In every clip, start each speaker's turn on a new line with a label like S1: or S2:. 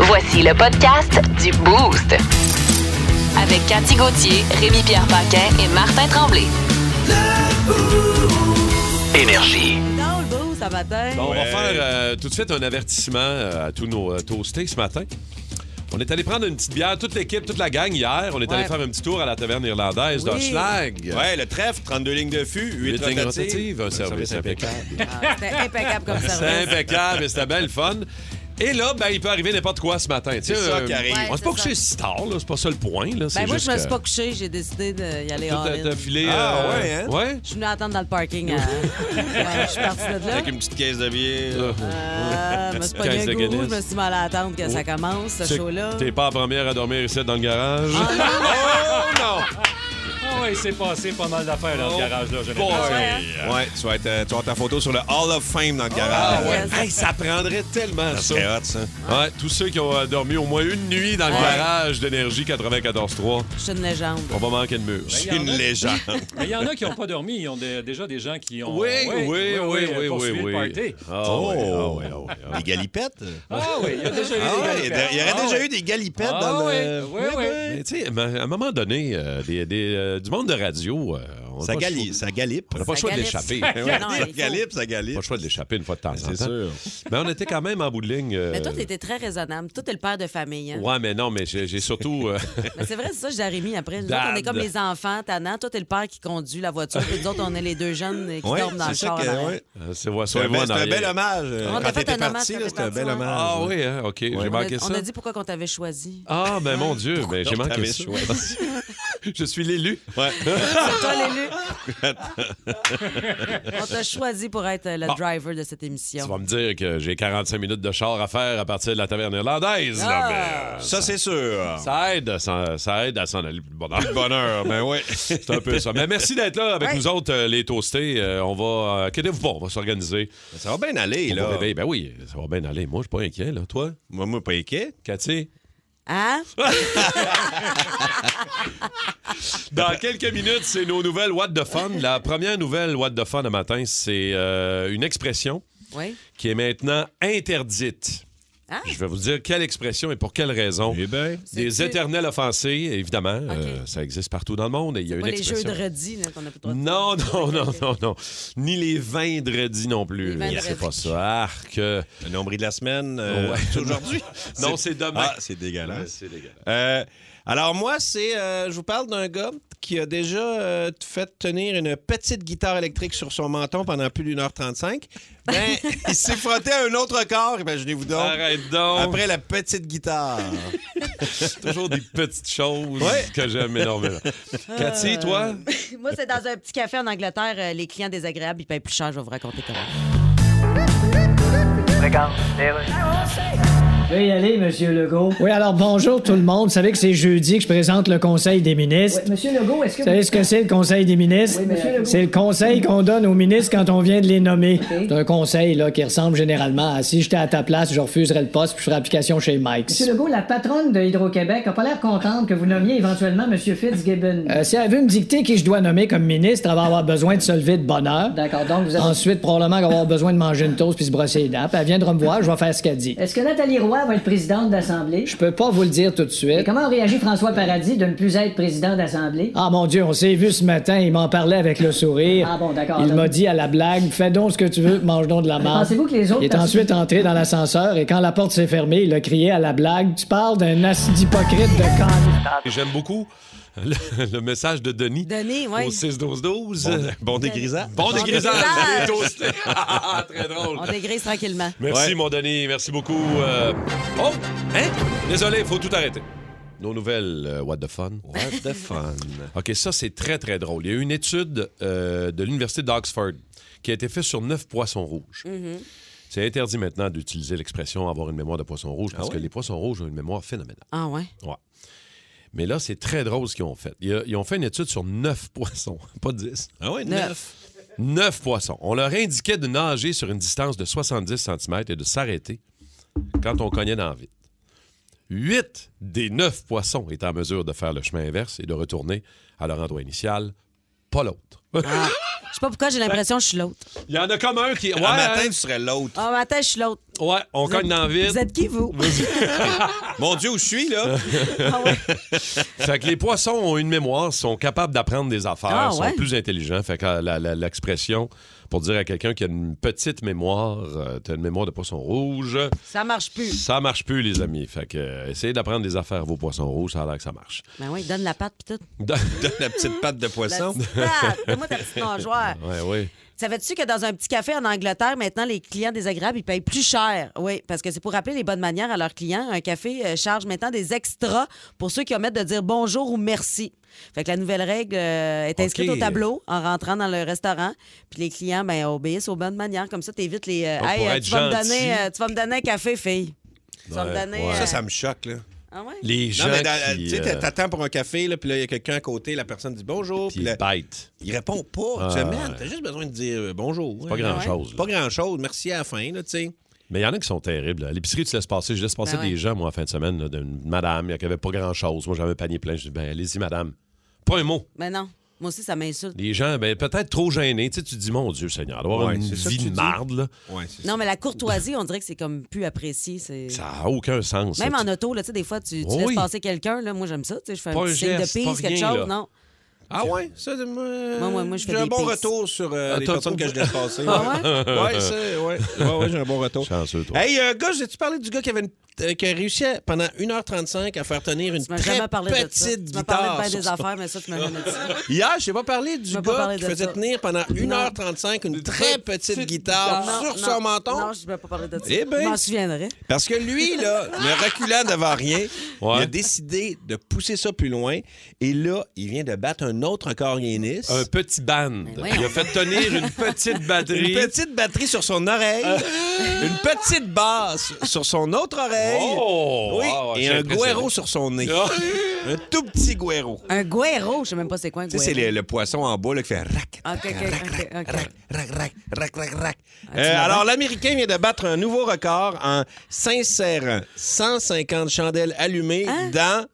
S1: Voici le podcast du Boost. Avec Cathy Gauthier, Rémi-Pierre Paquin et Martin Tremblay.
S2: Énergie.
S3: Dans le beau, ça matin.
S4: Bon, on va
S5: Ouais.
S4: faire euh, tout de suite un avertissement euh, à tous nos euh, toastés ce matin. On est allé prendre une petite bière, toute l'équipe, toute la gang hier. On est allé
S3: Ouais.
S4: faire un petit tour à la taverne irlandaise
S3: Oui.
S4: d'Hochlag.
S5: Ouais, le trèfle, 32 lignes de fût, 8
S4: Huit lignes
S5: tentatives.
S4: rotatives, un service impeccable.
S3: Ah, C'était impeccable comme
S4: C'est
S3: service.
S4: impeccable et c'était bien le fun. Et là, ben, il peut arriver n'importe quoi ce matin. euh,
S5: C'est ça qui arrive.
S3: Ouais.
S4: On s'est pas
S3: c'est ça.
S4: couché si tard, là, c'est pas ça le point. Là, c'est
S3: Ben moi, je
S4: juste
S3: me suis
S4: que
S3: pas couché, j'ai décidé d'y aller
S4: tout a-
S3: all-in.
S4: t'as filé.
S5: Ah,
S4: euh,
S5: ouais, hein?
S4: Ouais?
S3: Je suis venue attendre dans le parking. euh, ouais, je suis partie de là.
S5: Avec une petite caisse de bière.
S4: Euh,
S3: Euh, je me suis pas bien
S4: Caisse de
S3: gourou,
S4: Guinness.
S3: je me suis mal à attendre que ça commence, ce
S4: tu-
S3: show-là.
S4: T'es pas la première à dormir ici dans le garage.
S6: Oh, Ah ouais, il s'est passé pas mal d'affaires dans
S4: Oh.
S6: ce garage-là. j'ai
S4: Boy.
S6: l'impression.
S3: hein,
S5: Ouais, tu vas, être, euh, tu vas avoir ta photo sur le Hall of Fame dans le garage.
S3: ouais. Yes.
S4: Hey, ça prendrait tellement Ah,
S5: Ça
S4: ça.
S5: serait hot, ça.
S4: Ouais, tous ceux qui ont euh, dormi au moins une nuit dans le garage d'énergie 94.3,
S3: Je suis une légende.
S4: on va manquer de mur.
S5: Je suis
S6: y en
S5: une
S6: a-
S5: légende.
S6: Mais il y en a qui n'ont pas dormi. Ils ont des- déjà des gens qui ont.
S4: Oui, oui, oui, oui, oui,
S6: poursuivi
S4: oui.
S6: le party.
S4: Ah
S5: Oh.
S4: ouais, ah ouais, ah ouais, ah ouais.
S5: Des galipettes?
S6: Ah oui, il y a déjà eu des
S5: Ah ouais, il y
S6: galipettes.
S5: a- il y aurait
S6: Ah
S5: déjà
S6: ouais.
S5: eu des galipettes
S6: Ah
S5: dans le...
S6: oui, oui, oui.
S4: Mais tu sais, à un moment donné, euh, des, des, euh, du monde de radio, euh, on n'a pas,
S5: Ça,
S4: le
S5: gali-
S4: choix-
S5: ça galipe.
S4: on n'a pas le
S3: Ça
S4: choix de
S3: galipe.
S4: l'échapper.
S3: Ça
S4: Ouais, ouais.
S3: Non,
S5: Ça
S3: il faut.
S5: galipe, ça galipe.
S4: Pas le choix de l'échapper une fois de temps en temps.
S5: C'est sûr.
S4: Mais on était quand même en bout de ligne. euh,
S3: Mais toi, t'étais très raisonnable. Toi, t'es le père de famille. Hein?
S4: Ouais, mais non, mais j'ai j'ai surtout. euh,
S3: Mais c'est vrai, c'est ça, je dis à Rémi après. Nous
S4: Dad.
S3: autres, on est comme les enfants, tannant. Toi, t'es le père qui conduit la voiture. Puis nous autres, on est les deux jeunes qui
S5: Ouais,
S3: dorment dans le
S5: c'est ça
S3: char. hein.
S5: que-
S3: en arrière.
S5: ouais.
S4: euh, c'est ouais,
S5: C'est un,
S4: soyez-vous en
S5: bel- c'est un bel
S4: arrière.
S5: hommage. euh,
S3: On t'a
S5: Quand
S3: fait
S5: t'étais
S3: un hommage,
S5: parti,
S3: t'as
S5: là,
S3: fait
S5: c'était un bel
S3: partie,
S5: hommage.
S4: Ah oui, hein, OK. J'ai
S3: On a-
S4: manqué
S3: on
S4: ça.
S3: a dit pourquoi qu'on t'avait choisi.
S4: Ah, ben mon Dieu, mais j'ai manqué
S5: T'avais
S4: ça.
S5: choisi.
S4: Je suis l'élu.
S5: Ouais.
S3: Toi, l'élu. on t'a choisi pour être euh, le driver de cette
S4: Tu
S3: émission.
S4: vas me dire que j'ai 45 minutes de char à faire à partir de la taverne irlandaise. là,
S3: Ah.
S4: mais, euh,
S5: Ça, c'est sûr.
S4: ça aide, à s'en- ça aide à s'en aller plus bonheur.
S5: Bonheur, ben oui.
S4: C'est un peu ça. Mais merci d'être là avec
S3: Ouais.
S4: nous autres, euh, les toastés. Euh, on va. euh, Inquiétez-vous pas, on va s'organiser.
S5: Ça va bien aller,
S4: On va
S5: là.
S4: réveiller. Ben oui, ça va bien aller. Moi, je suis pas inquiet, là. Toi,
S5: Moi, moi, pas inquiet.
S4: Cathy?
S3: Hein?
S4: Dans quelques minutes, c'est nos nouvelles What the Fun. La première nouvelle What the Fun à matin, c'est euh, une expression
S3: Oui.
S4: qui est maintenant interdite.
S3: Ah.
S4: Je vais vous dire quelle expression et pour quelle raison.
S5: Eh bien.
S4: Des
S3: C'est-tu-
S4: éternels offensés, évidemment. euh, ça existe partout dans le monde et il y a une
S3: Pas les jeux
S4: expression.
S3: de redis là, qu'on a plus le droit de
S4: Non,
S3: faire.
S4: non, non, non, non. Ni les vins de redis non plus.
S3: Les vins de
S4: C'est
S3: redis.
S4: pas ça. Arc. euh,
S5: Le nombril de la semaine, euh,
S4: Ouais.
S5: c'est aujourd'hui.
S4: Non, c'est demain.
S5: Ah, c'est dégueulasse.
S4: Ouais, c'est dégueulasse.
S5: Euh, alors moi, c'est, euh, je vous parle d'un gars qui a déjà euh, fait tenir une petite guitare électrique sur son menton pendant plus d'une heure 35. Ben, il s'est frotté à un autre corps, imaginez-vous donc,
S4: Arrête donc.
S5: après la petite guitare.
S4: toujours des petites choses
S5: Ouais.
S4: que j'aime énormément. Cathy, toi?
S3: Moi, c'est dans un petit café en Angleterre. euh, les clients désagréables, ils payent plus cher. Je vais vous raconter comment.
S7: Veuillez aller, Monsieur Legault. Oui, alors bonjour tout le monde. Vous savez que c'est jeudi que je présente le Conseil des ministres. Monsieur Legault, est-ce que. Vous savez ce que c'est le Conseil des ministres? C'est le conseil qu'on donne aux ministres quand on vient de les nommer. C'est un conseil là, qui ressemble généralement à si j'étais à ta place, je refuserais le poste puis je ferais application chez Mike.
S8: Monsieur Legault, la patronne de Hydro-Québec a pas l'air contente que vous nommiez éventuellement Monsieur Fitzgibbon.
S7: Euh, si elle veut me dicter qui je dois nommer comme ministre, elle va avoir besoin de se lever de bonne heure.
S8: D'accord, donc vous êtes...
S7: Ensuite, probablement qu'elle va avoir besoin de manger une toast puis se brosser les dents. Puis elle viendra me voir, je vais faire ce qu'elle dit.
S8: Est-ce que Nathalie Roy va être présidente d'Assemblée?
S7: Je peux pas vous le dire tout de suite.
S8: Et comment réagit François Paradis de ne plus être président d'Assemblée?
S7: Ah mon Dieu, on s'est vu ce matin, il m'en parlait avec le sourire.
S8: Ah bon, d'accord,
S7: Il
S8: là.
S7: m'a dit à la blague, fais donc ce que tu veux, mange donc de la marde.
S8: Pensez-vous que les autres
S7: Il est
S8: personnes-
S7: ensuite entré dans l'ascenseur et quand la porte s'est fermée, il a crié à la blague, tu parles d'un acide hypocrite de con.
S4: Et J'aime beaucoup le, le message de Denis.
S3: Denis, oui.
S4: Au 6-12-12.
S5: Bon, bon dégrisage.
S4: Bon
S3: dégrisage.
S4: dégrisage. Les toastés. Ah, Très drôle.
S3: On dégrise tranquillement.
S4: Merci,
S5: Ouais.
S4: mon Denis. Merci beaucoup. Euh, Oh! Hein? Désolé, il faut tout arrêter. Nos nouvelles euh, What the Fun.
S5: What the fun.
S4: OK, ça, c'est très, très drôle. Il y a eu une étude euh, de l'Université d'Oxford qui a été faite sur neuf poissons rouges. C'est interdit maintenant d'utiliser l'expression avoir une mémoire de poisson rouge parce que les poissons rouges ont une mémoire phénoménale.
S3: Ah ouais.
S4: Mais là, c'est très drôle ce qu'ils ont fait. Ils, euh, ils ont fait une étude sur neuf poissons, pas dix.
S5: Ah ouais,
S3: Neuf.
S5: neuf.
S4: Neuf poissons. On leur indiquait de nager sur une distance de 70 cm et de s'arrêter quand on cognait dans le vide. Huit des neuf poissons étaient en mesure de faire le chemin inverse et de retourner à leur endroit initial, pas l'autre.
S3: Ah. Je sais pas pourquoi j'ai l'impression que je suis l'autre.
S4: Il y en a comme un qui. Ouais,
S5: Un matin,
S4: hein?
S5: tu serais l'autre.
S3: Ah, matin, je suis l'autre.
S4: ouais on
S3: Vous
S4: cogne
S3: êtes-
S4: dans le
S3: Vous
S4: vide.
S3: êtes qui, vous?
S5: Mon Dieu, où je suis, là?
S3: Ah ouais.
S4: Fait que les poissons ont une mémoire, sont capables d'apprendre des affaires,
S3: Ah,
S4: sont
S3: ouais?
S4: plus intelligents. Fait que la- la- l'expression pour dire à quelqu'un qui a une petite mémoire, euh, t'as une mémoire de poisson rouge,
S3: Ça marche plus.
S4: ça marche plus, les amis. Fait que euh, essayez d'apprendre des affaires à vos poissons rouges, ça a l'air que ça marche.
S3: Ben oui, donne la patte pis tout.
S5: Donne la petite patte de
S3: La
S5: poisson.
S3: petite patte. Donne-moi ta petite mangeoire.
S4: Ouais, ouais.
S3: Savais-tu que dans un petit café en Angleterre, maintenant, les clients désagréables, ils payent plus cher? Oui, parce que c'est pour rappeler les bonnes manières à leurs clients. Un café euh, charge maintenant des extras pour ceux qui omettent de dire bonjour ou merci. Fait que la nouvelle règle euh, est inscrite
S4: Ok.
S3: au tableau en rentrant dans le restaurant. Puis les clients, ben, obéissent aux bonnes manières. Comme ça, t'évites les. euh,
S4: Donc,
S3: hey,
S4: pour
S3: euh,
S4: être
S3: tu, vas me
S4: gentil.
S3: donner, euh, tu vas me donner un café, fille. Tu vas me
S4: Ouais,
S3: donner.
S4: ouais.
S3: euh,
S5: Ça, ça me choque, là.
S3: Ah ouais?
S4: Les gens
S5: Non, mais dans-
S4: qui,
S5: tu sais,
S4: euh,
S5: t'attends pour un café, là, puis là, il y a quelqu'un à côté, la personne dit bonjour,
S4: qui
S5: puis là,
S4: bêtent.
S5: il répond pas. Tu
S4: Ah,
S5: sais, man,
S4: ouais.
S5: t'as juste besoin de dire euh, bonjour.
S4: Pas
S5: Ouais.
S4: grand-chose.
S5: Pas grand-chose. Merci à la fin, là, tu sais.
S4: Mais il y en a qui sont terribles. là. À l'épicerie, tu laisses passer. Je laisse passer
S3: Ben
S4: des
S3: ouais.
S4: gens, moi, en fin de semaine, là, d'une madame là, qui avait pas grand-chose. Moi, j'avais un panier plein. Je dis, ben, allez-y, madame. Pas un mot.
S3: Ben non. Moi aussi, ça m'insulte.
S4: Les gens, ben, peut-être trop gênés. Tu sais, tu dis, mon Dieu, Seigneur, d'avoir
S5: Ouais,
S4: une
S5: c'est ça que
S4: vie
S5: tu
S4: de
S5: dis.
S4: marde, là,
S5: Ouais, c'est ça.
S3: Non, mais la courtoisie, on dirait que c'est comme plus apprécié. c'est-
S4: ça n'a aucun sens.
S3: Même
S4: là.
S3: en auto, là, tu sais, des fois, tu, tu
S5: Oh
S4: Oui.
S3: laisses passer quelqu'un. Là, moi, j'aime ça. tu sais, Je fais un
S4: Pas un
S3: petit signe
S4: geste,
S3: de
S4: pas
S3: pisse, quelque
S4: rien,
S3: chose.
S4: là.
S3: Non.
S5: Ah ouais? Ça, euh,
S3: Moi, moi, moi, je fais
S5: J'ai un
S3: des
S5: bon
S3: pisses.
S5: retour sur euh,
S4: Ah,
S5: les
S4: t'as-
S5: personnes que je laisse passer.
S3: Ah
S5: ouais, c'est- ouais. Ouais, ouais, j'ai un bon retour.
S4: Chanceux, toi.
S5: Hey, un gars, j'ai-tu parlé du gars qui, avait une- euh, qui a réussi à- pendant 1h35 à faire tenir une
S3: Tu m'as
S5: très
S3: jamais parlé de ça.
S5: petite
S3: Tu m'as
S5: guitare?
S3: parlé de bien
S5: sur
S3: des affaires, mais ça, tu m'as jamais dit. ça.
S5: Hier, je n'ai pas parlé du
S3: m'as
S5: gars
S3: pas parlé
S5: qui
S3: de
S5: faisait
S3: ça.
S5: tenir pendant 1h35 une très petite guitare
S3: Non,
S5: Ah, sur
S3: non,
S5: son menton.
S3: Non, je ne peux pas parler de ça.
S5: Eh ben.
S3: Je m'en souviendrai.
S5: Parce que lui, là, ne reculant devant rien, il
S4: Ouais.
S5: a décidé de pousser ça plus loin. Et là, il vient de battre un autre record Guinness.
S3: Ben
S4: Un petit band.
S3: oui.
S4: Il a fait tenir une petite batterie.
S5: Une petite batterie sur son oreille.
S4: Euh.
S5: une petite basse sur son autre oreille.
S4: Oh!
S5: oui,
S4: Ah, ouais,
S5: et
S4: j'ai
S5: un
S4: impressionné.
S5: guéro sur son nez.
S4: Ah.
S5: Un tout petit guéro.
S3: Un guéro, je sais même pas c'est quoi un
S5: Tu
S3: guéro.
S5: sais, c'est le, le poisson en bas là, qui fait rac,
S3: Ah, Ok, ok, ok. ok.
S5: rac, rac, rac, rac, rac, rac.
S3: tu
S5: Euh,
S3: l'as
S5: alors, l'Américain vient de battre un nouveau record en s'insérant 150 chandelles allumées
S3: Hein?
S5: dans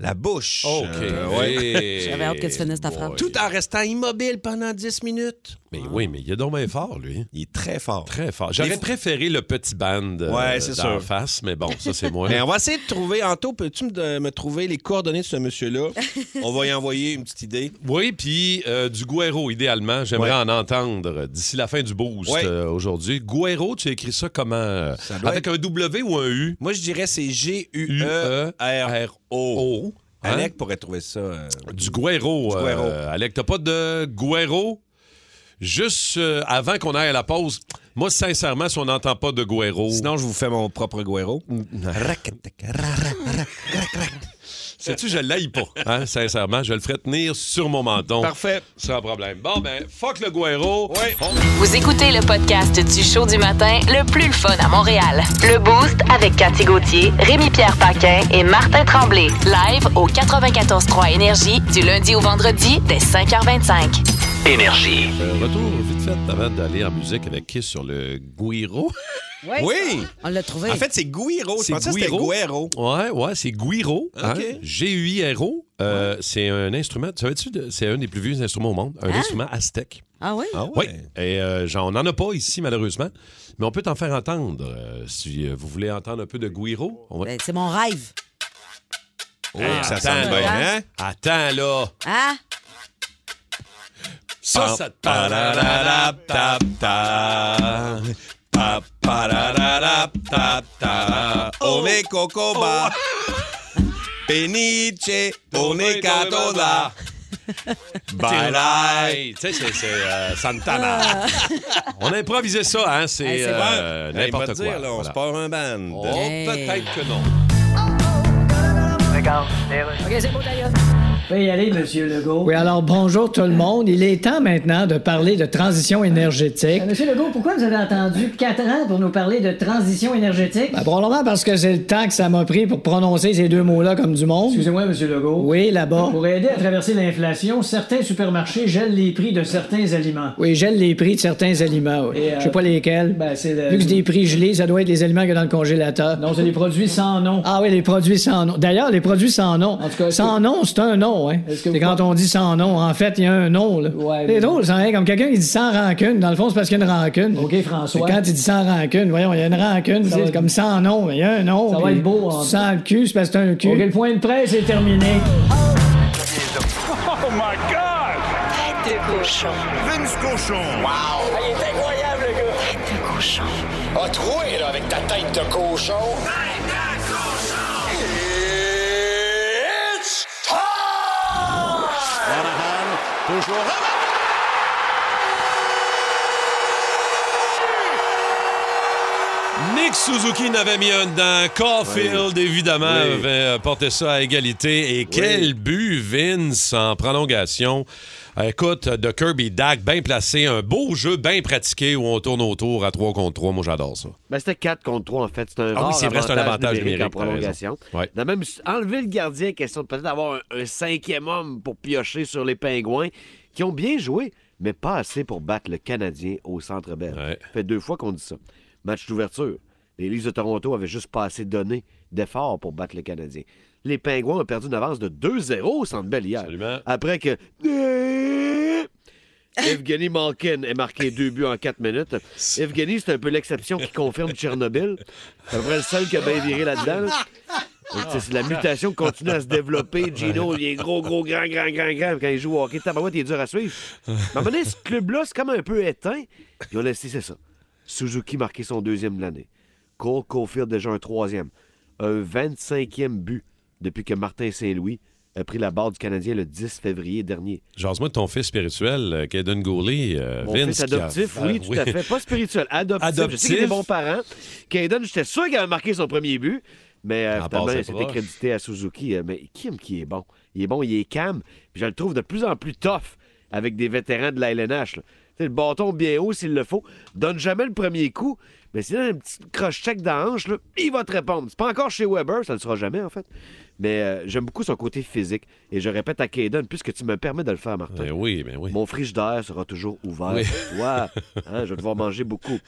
S5: la bouche.
S4: OK.
S5: Euh, ouais.
S3: J'avais hâte que tu finisses ta phrase.
S5: Tout en restant immobile pendant 10 minutes.
S4: Mais oui, mais il est donc bien fort, lui.
S5: Il est très fort.
S4: Très fort. J'aurais
S5: Des-
S4: préféré le petit band euh,
S5: Ouais, c'est
S4: d'en
S5: sûr.
S4: face, mais bon, ça, c'est moi.
S5: Mais on va essayer de trouver. Anto, peux-tu me, de- me trouver les coordonnées de ce monsieur-là? on va y envoyer une petite idée.
S4: Oui, puis euh, du Guero, idéalement. J'aimerais
S5: Ouais.
S4: en entendre d'ici la fin du boost
S5: Ouais.
S4: euh, aujourd'hui. Guero, tu écris ça comment? euh,
S5: Ça doit
S4: avec un W ou un U?
S5: Moi, je dirais c'est G-U-E-R-O.
S4: U-E-R-O. E Hein?
S5: Alec pourrait trouver ça. euh,
S4: Du Guero.
S5: Du Guero.
S4: euh, Alec, t'as pas de Guero? Juste euh, avant qu'on aille à la pause, moi, sincèrement, si on n'entend pas de Guero,
S5: Sinon, je vous fais mon propre guéro.
S4: sais-tu, je l'aille pas. hein, sincèrement, je le ferai tenir sur mon menton.
S5: Parfait.
S4: Sans problème. Bon, ben, fuck le Guero.
S5: Ouais.
S1: Vous écoutez le podcast du show du matin le plus le fun à Montréal. Le Boost avec Cathy Gauthier, Rémi-Pierre Paquin et Martin Tremblay. Live au 94.3 Énergie du lundi au vendredi dès 5h25.
S2: Énergie.
S4: Euh, retour vite fait avant d'aller en musique avec Kiss sur le Guiro.
S5: Oui!
S3: On l'a trouvé.
S5: En fait, c'est Guiro. Je
S4: C'est
S5: pensais que c'était
S4: Guiro.
S5: Guero.
S4: Ouais, ouais, c'est Guiro. hein.
S5: Ok.
S4: G-U-I-R-O. Euh, C'est un instrument, tu savais-tu, de- c'est un des plus vieux instruments au monde, un instrument aztèque.
S3: ah oui?
S5: Ah
S4: Oui. Et euh, genre, on n'en a pas ici, malheureusement, mais on peut t'en faire entendre. euh, si euh, vous voulez entendre un peu de Guiro. on va-
S3: Ben, c'est mon rêve.
S5: Oh,
S4: Hey,
S5: ça
S4: Ah, attends,
S5: sent bien, hein?
S4: Attends, là.
S3: Hein?
S4: Ça, ça te parle.
S5: Pa-ra-ra-ra-tap-tap. Pa-pa-ra-ra-ra-tap-tap.
S4: Oh.
S5: Ome cocoba. Peniche,
S4: Oh,
S5: one catoda. Bye bye.
S4: Tu sais, c'est- c'est euh, Santana. on a improvisé ça, hein? C'est
S3: Hey, c'est
S5: Eh,
S4: euh, n'importe quoi.
S5: là, on
S4: Voilà.
S5: se part un band.
S4: Oh,
S3: Hey.
S4: peut-être que non.
S8: Oui, allez, monsieur Legault.
S7: Oui, alors bonjour tout le monde. Il est temps maintenant de parler de transition énergétique.
S8: Euh, monsieur Legault, pourquoi vous avez attendu 4 ans pour nous parler de transition énergétique?
S7: Ben, probablement parce que c'est le temps que ça m'a pris pour prononcer ces deux mots-là comme du monde.
S8: Excusez-moi, monsieur Legault.
S7: Oui, là-bas.
S8: Pour aider à traverser l'inflation, certains supermarchés gèlent les prix de certains aliments.
S7: Oui, gèle les prix de certains aliments. oui.
S8: Et, euh,
S7: Je sais pas lesquels.
S8: Ben, c'est le-
S7: Vu que c'est des prix gelés, ça doit être les aliments qu'il y a dans le congélateur.
S8: Non, c'est des produits sans nom.
S7: Ah oui, les produits sans nom. D'ailleurs, les produits sans nom.
S8: En tout cas,
S7: sans nom, c'est un nom. nom, hein.
S2: Est-ce que
S7: C'est
S2: vous-
S7: quand on dit sans nom. En fait, il y a un nom, là.
S2: Ouais,
S7: c'est
S2: mais-
S7: drôle, ça, hein. Comme quelqu'un qui dit sans rancune. Dans le fond, c'est parce qu'il y a une rancune.
S2: OK, François.
S7: Quand il dit sans rancune, voyons, il y a une rancune,
S2: Ça
S7: c'est
S2: va-
S7: comme sans nom, mais il y a un nom.
S2: Ça va
S7: puis
S2: être beau, en
S7: si tu sens le cul, c'est parce que c'est un cul.
S2: OK, le point de presse est terminé.
S1: Tête de cochon.
S9: Ah, il est incroyable, le gars! Tête de cochon. A troué, là, avec ta tête de cochon. Tête de cochon! It's time!
S4: Nick Suzuki n'avait mis un dedans. Caulfield, évidemment, avait euh, porté ça à égalité. Et quel but, Vince, en prolongation. Euh, Écoute, de Kirby Dack, bien placé. Un beau jeu, bien pratiqué, où on tourne autour à 3 contre 3. Moi, j'adore ça.
S10: Ben, c'était 4 contre 3, en fait. C'est un
S4: Ah oui,
S10: rare
S4: c'est vrai, c'est un avantage numérique,
S10: en
S4: t'as raison.
S10: prolongation.
S4: Ouais.
S10: Il a même s- enlevé le gardien, question de peut-être avoir un, un cinquième homme pour piocher sur les Pingouins, qui ont bien joué, mais pas assez pour battre le Canadien au Centre Bell.
S4: Ouais.
S10: Ça fait deux fois qu'on dit ça. Match d'ouverture. Les Leafs de Toronto avaient juste pas assez donné d'efforts pour battre le Canadien. Les Pingouins ont perdu une avance de 2-0 au Centre Bell hier.
S4: Absolument.
S10: Après que... Evgeny Malkin a marqué deux buts en quatre minutes. Evgeny, c'est un peu l'exception qui confirme Tchernobyl. C'est à peu près le seul qui a bien viré là-dedans. là. Donc, tu sais, c'est la mutation qui continue à se développer. Gino, il est gros, gros, grand, grand, grand, grand. Quand il joue au hockey, tabarouette, il est dur à suivre. Mais à un moment donné, ce club-là, c'est comme un peu éteint. Puis on a laissé, c'est ça. Suzuki marqué son deuxième de l'année. Cole Caulfield déjà un troisième. Un 25e but depuis que Martin Saint-Louis a pris la barre du Canadien le 10 février dernier.
S4: Jase-moi de ton fils spirituel, euh, Kaden Gourley. euh,
S10: Mon
S4: Vince,
S10: fils adoptif,
S4: qui a-
S10: oui,
S4: Ah,
S10: tout à fait. Pas spirituel, adoptif. Je sais qu'il a
S4: Adoptif.
S10: des bons parents. Kaiden, j'étais sûr qu'il avait marqué son premier but, mais euh,
S4: Ah,
S10: finalement,
S4: passait
S10: il s'était
S4: proche.
S10: crédité à Suzuki. Euh, Mais Kim qui est bon. Il est bon, il est calme. Puis je le trouve de plus en plus tough avec des vétérans de la LNH. là. Tu sais, Le bâton bien haut s'il le faut. Donne jamais le premier coup. Mais s'il a un petit croche-check dans la hanche, là, il va te répondre. C'est pas encore chez Weber, ça ne le sera jamais en fait. Mais euh, j'aime beaucoup son côté physique. Et je répète à Kaiden, puisque tu me permets de le faire, Martin.
S4: Ben oui, ben oui.
S10: Mon frigidaire sera toujours ouvert.
S4: Oui.
S10: pour toi. Hein, je vais devoir manger beaucoup.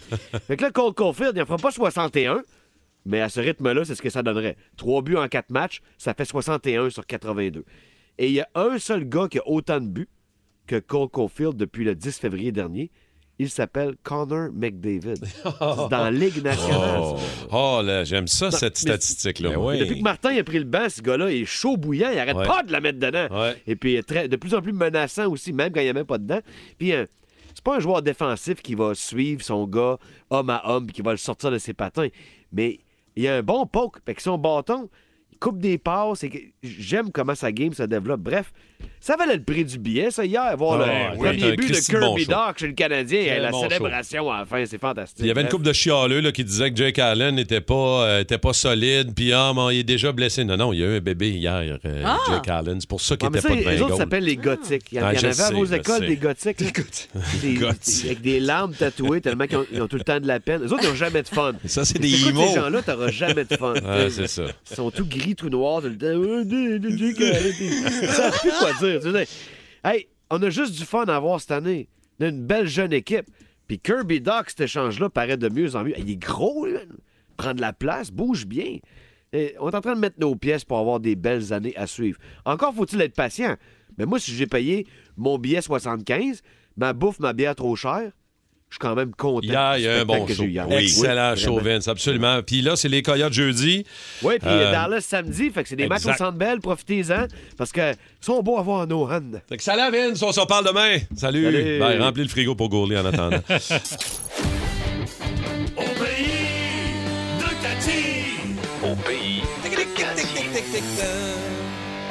S10: Fait que là, Cole Caulfield, il en fera pas 61, mais à ce rythme-là, c'est ce que ça donnerait. Trois buts en quatre matchs, ça fait 61 sur 82. Et il y a un seul gars qui a autant de buts que Cole Caulfield depuis le 10 février dernier. Il s'appelle Connor McDavid. C'est dans la Ligue nationale.
S4: Oh,
S10: ça.
S4: oh, là, j'aime ça, cette
S10: mais-
S4: statistique-là.
S10: Mais Depuis que Martin a pris le banc, ce gars-là est chaud bouillant. Il arrête
S4: Ouais.
S10: pas de la mettre dedans.
S4: Ouais.
S10: Et puis, il est très- de plus en plus menaçant aussi, même quand il n'y avait pas dedans. Puis, euh, c'est pas un joueur défensif qui va suivre son gars Ah, homme à homme puis qui va le sortir de ses patins. Mais il a un bon poke. Fait que son bâton, il coupe des passes. et que- J'aime comment sa game se développe. Bref, ça valait le prix du billet, ça, hier. Voir Oh,
S4: Ah,
S10: le
S4: oui.
S10: premier
S4: Un
S10: but de
S4: Christy bon
S10: Kirby
S4: show.
S10: Doc chez le Canadien.
S4: Très
S10: et la
S4: bon show.
S10: célébration hein. à la fin, c'est fantastique.
S4: Il y avait une
S10: Bref.
S4: couple de chialeux là, qui disaient que Jake Allen n'était pas, euh, était pas solide, puis ah, mais il est déjà blessé. Non, non, il y a eu un bébé hier, euh,
S3: Ah!
S4: Jake Allen. C'est pour ça qu'il
S10: Ouais, mais
S4: n'était
S10: ça,
S4: pas de
S10: les autres
S4: Bengale.
S10: s'appellent les gothiques. Il y en,
S4: Ah,
S10: il y en
S4: je
S10: avait à
S4: sais,
S10: vos
S4: je
S10: écoles
S4: sais.
S10: des gothiques. là. Des-
S4: gothiques.
S10: Avec des larmes tatouées tellement qu'ils ont, ils ont tout le temps de la peine. Les autres, ils n'ont jamais de fun.
S4: Ça, c'est des
S10: T'écoutes
S4: imos.
S10: Ces gens-là, t'auras jamais de fun.
S4: Ah, c'est ça.
S10: Ils sont tout gris, tout noirs. tout le temps. Euh, des- des- des- des- Ça fait quoi dire. tu sais. Hey, on a juste du fun à avoir cette année. On a une belle jeune équipe. Puis Kirby Doc, cet échange-là, paraît de mieux en mieux. Il est gros, lui. man. Prend de la place, bouge bien. Et on est en train de mettre nos pièces pour avoir des belles années à suivre. Encore faut-il être patient. Mais moi, si j'ai payé mon billet 75, ma bouffe, ma bière trop chère, je suis quand même content.
S4: Hier, il y
S10: du
S4: a un
S10: spectacle
S4: bon
S10: que
S4: show.
S10: j'ai eu hier.
S4: Oui. Excellent
S10: Oui,
S4: show,
S10: vraiment.
S4: Vince, absolument. Puis là, c'est les Coyotes jeudi.
S10: Oui, puis
S4: Euh,
S10: Dallas samedi, fait que c'est des matchs au
S4: exact.
S10: Centre Bell, profitez-en, parce que ils sont beaux à voir en Ohan.
S4: Fait que ça la Vince, on s'en parle demain. Salut.
S10: Salut.
S4: Ben, remplis le frigo pour gourler en attendant.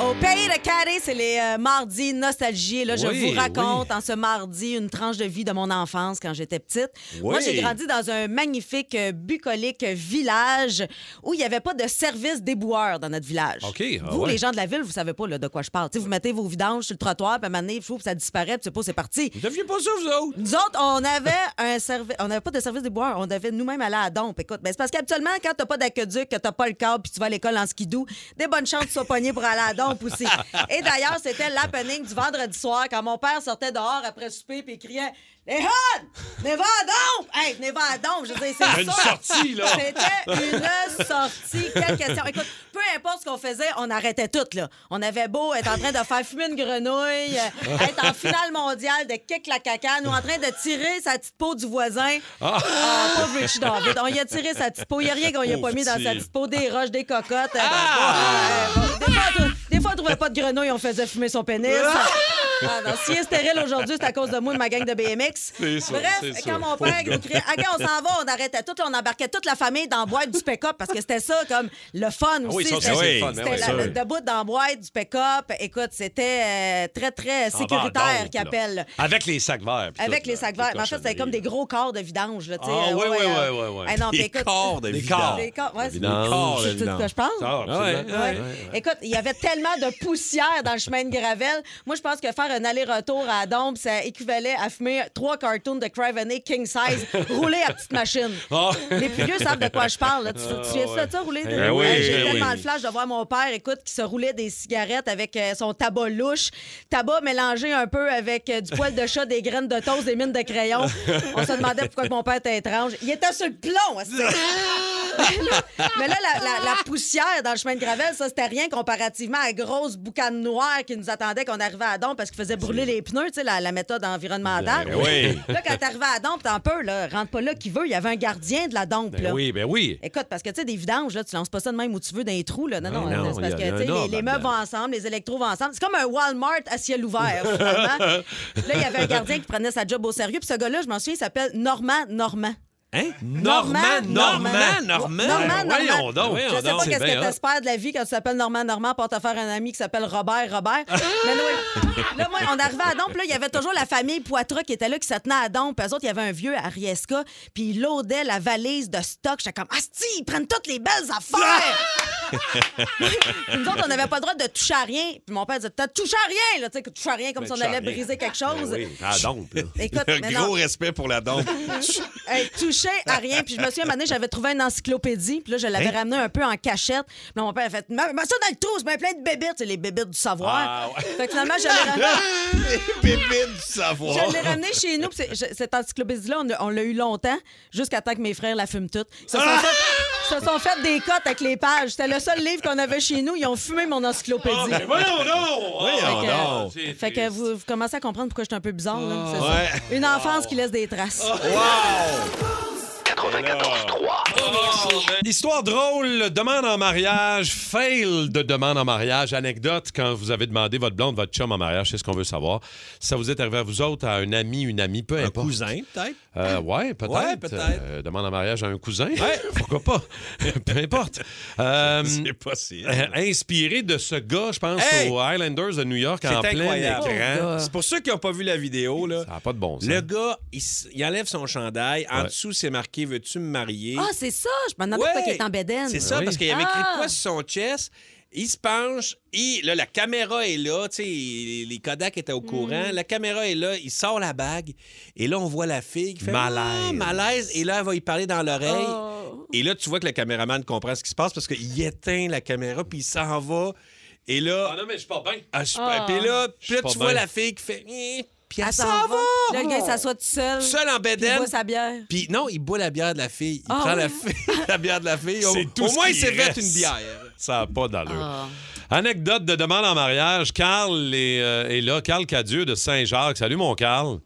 S3: Au pays de Carré, c'est les euh, mardis nostalgie. Et Là, je
S4: Oui,
S3: vous raconte en ce mardi une tranche de vie de mon enfance quand j'étais petite. Moi, j'ai grandi dans un magnifique euh, bucolique euh, village où il n'y avait pas de service déboueur dans notre village.
S4: OK, ah
S3: vous,
S4: ouais.
S3: les gens de la ville, vous savez pas là, de quoi je parle. Tu sais, vous mettez vos vidanges sur le trottoir, puis à un moment donné, fou, puis ça disparaît, puis c'est pas, c'est parti.
S5: Vous deviez pas ça, vous autres?
S3: Nous autres, on avait un servi- on n'avait pas de service des boires, on devait nous-mêmes aller à Dompe. Écoute, ben c'est parce qu'habituellement, quand t'as pas d'aqueduc, que t'as pas le câble, puis tu vas à l'école en skidou, des bonnes chances de sois pogné pour aller à Dompe aussi. Et d'ailleurs, c'était l'happening du vendredi soir quand mon père sortait dehors après souper puis il criait Les Hod! Venez va à Dompe! Hey, venez va à Dompe! Je veux dire, c'est
S4: Une
S3: ça.
S4: sortie, là!
S3: C'était une sortie. Quelle question. Écoute, peu importe ce qu'on faisait, on arrêtait tout. Là. On avait beau être en train de faire fumer une grenouille, euh, être en finale mondiale de kick la cacane ou en train de tirer sa petite peau du voisin. Ah, pauvre Richie David. On y a tiré sa petite peau. Il n'y a rien qu'on y a pas
S4: Pauvre
S3: mis dans
S4: petit. Ah!
S3: sa petite peau. Des roches, des cocottes. euh, dans le bois. Euh, des, fois, on trou- des fois, on trouvait pas de grenouille, on faisait fumer son pénis. Ah non, s'il est stérile aujourd'hui, c'est à cause de moi et de ma gang de BMX.
S4: C'est sûr,
S3: Bref,
S4: c'est sûr.
S3: quand mon
S4: Pauvre
S3: père nous criait OK, on s'en va, on arrêtait tout, là, on embarquait toute la famille dans la boîte du pick-up parce que c'était ça, comme le fun
S4: Ah oui,
S3: aussi.
S4: ça,
S3: C'était-
S4: c'est le
S5: ben
S4: fun,
S3: C'était
S4: hein,
S3: la,
S4: ouais.
S3: le debout dans la boîte du pick-up. Écoute, c'était euh, très, très
S4: Ah,
S3: sécuritaire
S4: ben, donc,
S3: qu'ils appellent.
S4: là. Avec les sacs verts. puis
S3: Avec
S4: tout,
S3: les
S4: là,
S3: sacs verts.
S4: les
S3: Mais en fait, c'était comme des
S4: cochonneries,
S3: gros corps de vidange. Là, tu sais,
S4: Ah,
S3: euh,
S4: ouais, ouais,
S3: euh,
S4: ouais, ouais, ouais.
S3: Ah, non, puis
S5: Des
S3: écoute,
S5: corps de
S4: Des
S5: vidange.
S4: corps.
S3: Des corps, ouais, c'est-
S4: Vidange.
S5: Corps
S3: Tu
S5: de
S3: sais de quoi
S5: vidange.
S3: je parle?
S4: là. Ah,
S5: Ouais,
S4: absolument.
S3: Ouais. Écoute, il y avait tellement de poussière dans le chemin de Gravel. Moi, je pense que faire un aller-retour à Dombe, ça équivalait à fumer trois cartoons de Craveney King Size roulés à petite machine.
S4: Ah.
S3: Les plus vieux savent de quoi je parle. là. Tu,
S4: Ah,
S3: tu es
S4: ouais.
S3: ça, rouler des...
S4: Eh oui,
S3: Ouais, J'ai
S4: eh
S3: tellement
S4: oui.
S3: le flash de voir mon père, écoute, qui se roulait des cigarettes avec euh, son tabac louche. Tabac mélangé un peu avec euh, du poil de chat, des graines de toast, des mines de crayon. On se demandait pourquoi que mon père était étrange. Il était sur le plomb! hostie. Mais là, la, la- la poussière dans le chemin de Gravel, ça, c'était rien comparativement à la grosse boucane noire qui nous attendait qu'on arrivait à Don parce qu'il faisait brûler les pneus, tu sais, la, la méthode environnementale.
S4: Ben oui.
S3: Là, quand t'arrivais à Dompe, t'en peux, là. Rentre pas là qui veut. Il y avait un gardien de la Dompe,
S4: Ben
S3: là.
S4: oui, ben oui.
S3: Écoute, parce que tu sais, des vidanges, là, tu lances pas ça de même où tu veux dans les trous. Là. Non, non,
S4: Ben non,
S3: c'est
S4: il y
S3: parce
S4: a-
S3: que
S4: il y a
S3: tu sais,
S4: un
S3: les,
S4: ordre
S3: les meubles vont
S4: là-dedans.
S3: ensemble, les électros vont ensemble. C'est comme un Walmart à ciel ouvert, finalement. là, il y avait un gardien qui prenait sa job au sérieux. Puis ce gars-là, je m'en souviens, il s'appelle Normand Normand.
S5: Hein?
S3: Normand,
S5: Normand, Normand.
S3: Normand, Normand.
S4: Ben Voyons donc.
S3: Je sais pas
S4: C'est
S3: qu'est-ce
S4: bien
S3: que
S4: hot.
S3: t'espères de la vie quand tu t'appelles Normand Normand pour te faire un ami qui s'appelle Robert Robert.
S4: Ah!
S3: Mais anyway, là, moi, on arrivait à Dompe, là, il y avait toujours la famille Poitras qui était là, qui se tenait à Dompe. Eux autres, il y avait un vieux à Riesca, puis il loadait la valise de stock. J'étais comme, Asti, ils prennent toutes les belles affaires!
S4: Ah!
S3: Puis nous autres, on n'avait pas le droit de toucher à rien. Puis mon père disait, t'as touché à rien, là, tu sais, que touche à rien, comme si on
S4: touche à
S3: allait
S4: rien.
S3: briser quelque
S4: Ben
S3: chose.
S4: oui. Ah, donc, là.
S3: Écoute, mais non.
S5: Gros respect pour la dompe.
S3: Hey, touché à rien. Puis je me souviens, un moment donné, j'avais trouvé une encyclopédie. Puis là, je l'avais ramenée un peu en cachette. Puis là, mon père a fait Mets mets ça dans le trou, c'est bien plein de bébites. C'est les bébites du savoir.
S4: Ah, ouais.
S3: Fait que finalement, je l'ai ra-
S5: Pépine du savoir.
S3: je l'ai ramenée chez nous. Puis c'est- je- cette encyclopédie-là, on l'a- on l'a eu longtemps, jusqu'à temps que mes frères la fument toute. Ils se sont,
S5: Ah!
S3: fait, ils se sont fait des cotes avec les pages. C'était le seul livre qu'on avait chez nous. Ils ont fumé mon encyclopédie.
S4: Voyons donc.
S5: Voyons
S3: Fait que-
S5: Oh, donc. Ah,
S4: C'est
S3: Fait que
S4: triste.
S3: vous, vous commencez à comprendre pourquoi je suis un peu bizarre. là. C'est
S5: Ouais. Ah,
S3: ça. Une enfance qui laisse des traces.
S4: Histoire drôle, demande en mariage, fail de demande en mariage, anecdote quand vous avez demandé votre blonde, votre chum en mariage, c'est ce qu'on veut savoir. Ça vous est arrivé à vous autres, à un ami, une amie, peu
S5: Un
S4: importe.
S5: cousin, peut-être.
S4: Euh, ouais, peut-être.
S5: Ouais, peut-être.
S4: Euh, demande en mariage à un cousin. Pourquoi pas? peu importe. Euh,
S5: C'est possible.
S4: euh, inspiré de ce gars, je pense,
S5: Hey!
S4: aux Highlanders de New York
S5: C'est
S4: en plein
S5: incroyable. Oh,
S4: écran.
S5: C'est pour ceux qui n'ont pas vu la vidéo. Là.
S4: Ça n'a pas de bon sens.
S5: Le gars, il, s- il enlève son chandail. En
S4: Ouais.
S5: dessous, c'est marqué Veux-tu me marier
S3: Ah, c'est ça! Je m'en demandais
S5: Ouais.
S3: pourquoi il est en bédaine.
S5: C'est ça,
S4: Ben Oui.
S5: parce qu'il avait écrit de
S3: Ah.
S5: quoi sur son chest. Il se penche, il, là, la caméra est là, tu sais, les les Kodak étaient au
S3: Mm.
S5: courant. La caméra est là, il sort la bague, et là, on voit la fille qui fait Ah,
S4: Malaise.
S5: malaise, et là, elle va y parler dans l'oreille.
S3: Oh.
S5: Et là, tu vois que le caméraman comprend ce qui se passe parce qu'il éteint la caméra, puis il s'en va. Et là,
S4: Ah, non, mais je suis pas bien.
S5: ah, super. Puis là, puis là,
S4: Je suis
S5: tu
S4: pas
S5: vois
S4: bien.
S5: la fille qui fait Eh, Puis
S3: Elle
S5: elle
S3: s'en
S5: s'en va.
S3: Là, le gars, il s'assoit tout seul.
S5: Tout seul en
S3: puis Il
S5: bedaine.
S3: boit sa bière.
S5: Puis non, il boit la bière de la fille. Il
S3: Ah
S5: prend la,
S3: ouais?
S5: fille- la bière de la fille. Au,
S4: C'est tout
S5: au
S4: ce
S5: moins, il
S4: qui
S5: s'est fait
S4: reste.
S5: une bière.
S4: Ça n'a pas d'allure. Anecdote de demande en mariage. Carl est, euh, est là. Carl Cadieux de Saint-Jacques. Salut, mon Carl.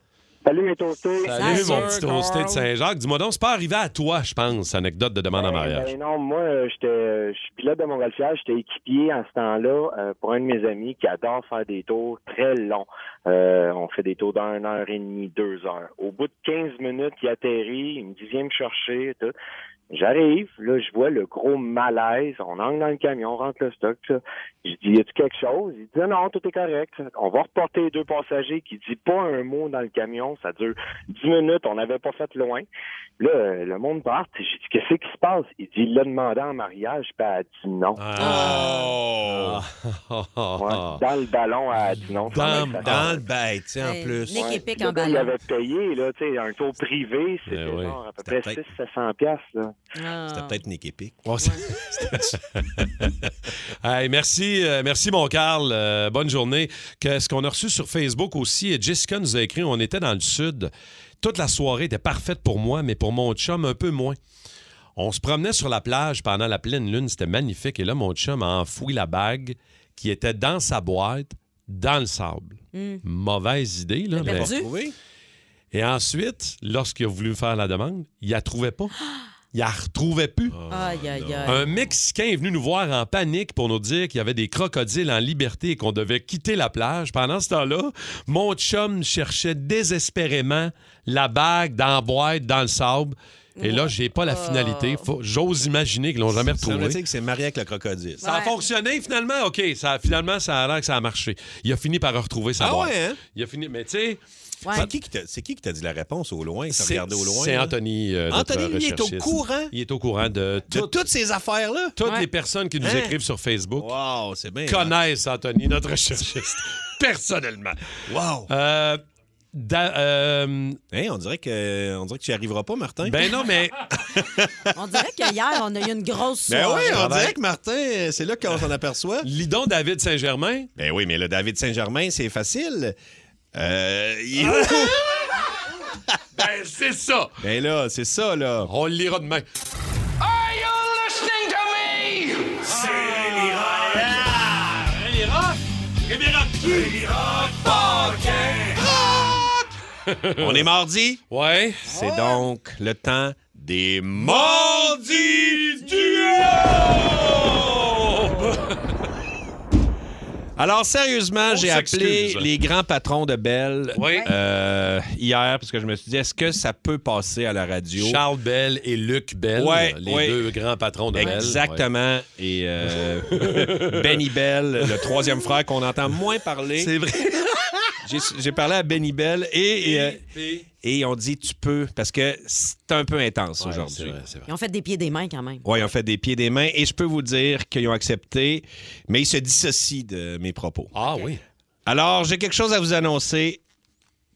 S9: Salut les toastés.
S4: Salut,
S3: Salut,
S4: mon petit toasté de
S5: Carl.
S4: Saint-Jacques. Dis-moi donc, c'est pas arrivé à toi, je pense, anecdote de demande en mariage.
S9: Ben non, moi, euh, j'étais, euh, je suis pilote de Montgolfière. J'étais équipier en ce temps-là euh, pour un de mes amis qui adore faire des tours très longs. Euh, on fait des tours d'une heure et demie, deux heures. Au bout de 15 minutes, il atterrit. Il me dit, viens me chercher. et Tout. J'arrive. Là, je vois le gros malaise. On entre dans le camion, on rentre le stock. tout ça. Je dis, y a-tu quelque chose? Il dit, non, tout est correct. On va reporter les deux passagers qui dit pas un mot dans le camion. Ça dure 10 minutes. On n'avait pas fait loin. Là, euh, le monde part. J'ai dit, qu'est-ce qui se passe? Il dit, il l'a demandé en mariage, puis elle a dit non.
S5: Oh!
S4: Ah.
S9: Ouais, Dans le ballon, elle a dit non.
S5: Dans,
S9: Ça,
S5: dans le bête, tu sais, en
S3: Hey,
S5: plus.
S3: Ben, Nick
S9: Ouais.
S3: et pique
S9: Le
S11: ben,
S3: en
S9: gars,
S3: ballon.
S9: Il avait payé, là, tu sais, un taux privé, c'était
S4: Eh oui.
S9: genre à peu près
S5: C'était
S9: 600-700 piastres, là.
S3: Ah.
S5: C'était peut-être Nick Epic.
S4: Oh, c'est- Hey, merci, euh, merci mon Carl. Euh, bonne journée. Qu'est-ce qu'on a reçu sur Facebook aussi? Et Jessica nous a écrit on était dans le sud. Toute la soirée était parfaite pour moi, mais pour mon chum, un peu moins. On se promenait sur la plage pendant la pleine lune, c'était magnifique. Et là, mon chum a enfoui la bague qui était dans sa boîte, dans le sable.
S3: Hmm.
S4: Mauvaise idée, là. mais-
S3: perdu.
S4: Et ensuite, lorsqu'il a voulu faire la demande, il la trouvait pas. Il la retrouvait plus.
S3: Aïe, aïe, aïe.
S4: Un Mexicain est venu nous voir en panique pour nous dire qu'il y avait des crocodiles en liberté et qu'on devait quitter la plage. Pendant ce temps-là, mon chum cherchait désespérément la bague dans la boîte, dans le sable. Et là, j'ai pas la finalité. Faut- J'ose imaginer qu'ils l'ont jamais retrouvée.
S5: Semble-t-il que c'est marié avec le crocodile.
S3: Ah
S4: Ça a fonctionné finalement, OK. Ça, a- finalement, ça a l'air que ça a marché. Il a fini par retrouver sa
S5: Ah
S4: boîte.
S5: ouais, hein?
S4: Il a fini, mais tu sais,
S3: Ouais.
S5: C'est qui qui t'a- C'est qui qui t'a dit la réponse au loin? T'as
S4: c'est
S5: regardé au loin?
S4: c'est
S5: là?
S4: Anthony. euh, notre
S5: Anthony, lui, est au
S4: recherchiste.
S5: courant
S4: Il est au courant de,
S5: de
S4: tout-
S5: toutes ces affaires-là.
S4: toutes
S3: Ouais.
S4: les personnes qui nous
S5: Hein?
S4: écrivent sur Facebook
S5: Wow, c'est bien. hein?
S4: connaissent Anthony, notre recherchiste, personnellement.
S5: Wow.
S4: Euh, da- euh,
S5: Hein, on, dirait que, on dirait que tu n'y arriveras pas, Martin.
S4: ben non, mais
S3: On dirait qu'hier, on a eu une grosse
S5: Ben
S3: soirée.
S5: oui, on
S4: travail.
S5: dirait que Martin, euh, c'est là qu'on s'en aperçoit.
S4: Lidon David Saint-Germain,
S5: Ben oui, mais le David Saint-Germain, c'est facile. Euh, il-
S4: ben c'est ça. Euh.
S5: ben là, c'est ça, là.
S4: On le lira demain.
S5: On est mardi.
S4: Ouais.
S5: C'est donc le temps des mordis duo! Alors, sérieusement,
S4: On
S5: j'ai appelé
S4: s'excuse.
S5: les grands patrons de Bell
S4: Oui.
S5: euh, hier parce que je me suis dit, est-ce que ça peut passer à la radio?
S4: Charles Bell et Luc Bell,
S5: Ouais,
S4: les
S5: ouais.
S4: deux grands patrons de Bell.
S5: Exactement. Et euh, Benny Bell, le troisième frère qu'on entend moins parler. C'est vrai. J'ai j'ai parlé à Benny Bell et, et, euh, et on dit tu peux parce que c'est un peu intense
S4: Ouais, c'est
S5: aujourd'hui.
S4: vrai, c'est vrai.
S3: Ils ont fait des pieds des mains quand même.
S5: Oui, ils ont fait des pieds et des mains et je peux vous dire qu'ils ont accepté, mais ils se dissocient de mes propos.
S4: Ah oui.
S5: Alors, j'ai quelque chose à vous annoncer.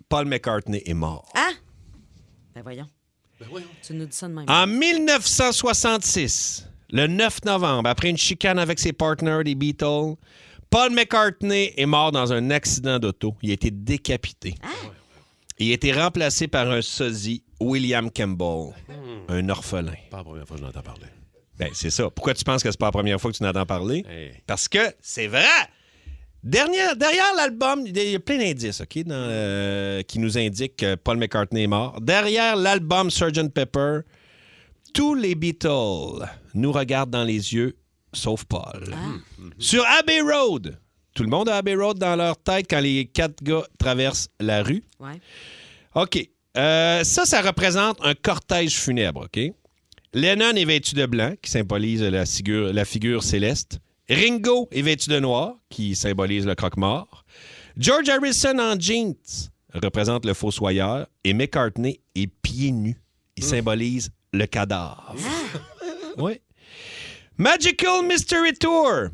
S5: Paul McCartney est mort.
S3: Hein? Ben voyons. Tu nous dis ça de même.
S5: En 1966, le 9 novembre, après une chicane avec ses partenaires des Beatles, Paul McCartney est mort dans un accident d'auto. Il a été décapité. Il a été remplacé par un sosie, William Campbell, un orphelin.
S4: Pas la première fois que je l'entends parler.
S5: Ben, c'est ça. Pourquoi tu penses que c'est pas la première fois que tu n'entends parler? Parce que c'est vrai! Dernière- derrière l'album, il y a plein d'indices ok, dans, euh, qui nous indiquent que Paul McCartney est mort. Derrière l'album Sgt. Pepper, tous les Beatles nous regardent dans les yeux, sauf Paul. Hmm. Sur Abbey Road, tout le monde a Abbey Road dans leur tête quand les quatre gars traversent la rue.
S3: Ouais.
S5: OK. Euh, ça, ça représente un cortège funèbre, OK? Lennon est vêtu de blanc, qui symbolise la figure, la figure céleste. Ringo est vêtu de noir, qui symbolise le croque-mort. George Harrison en jeans représente le fossoyeur. Et McCartney est pieds nus. Il symbolise le cadavre. oui. Magical Mystery Tour.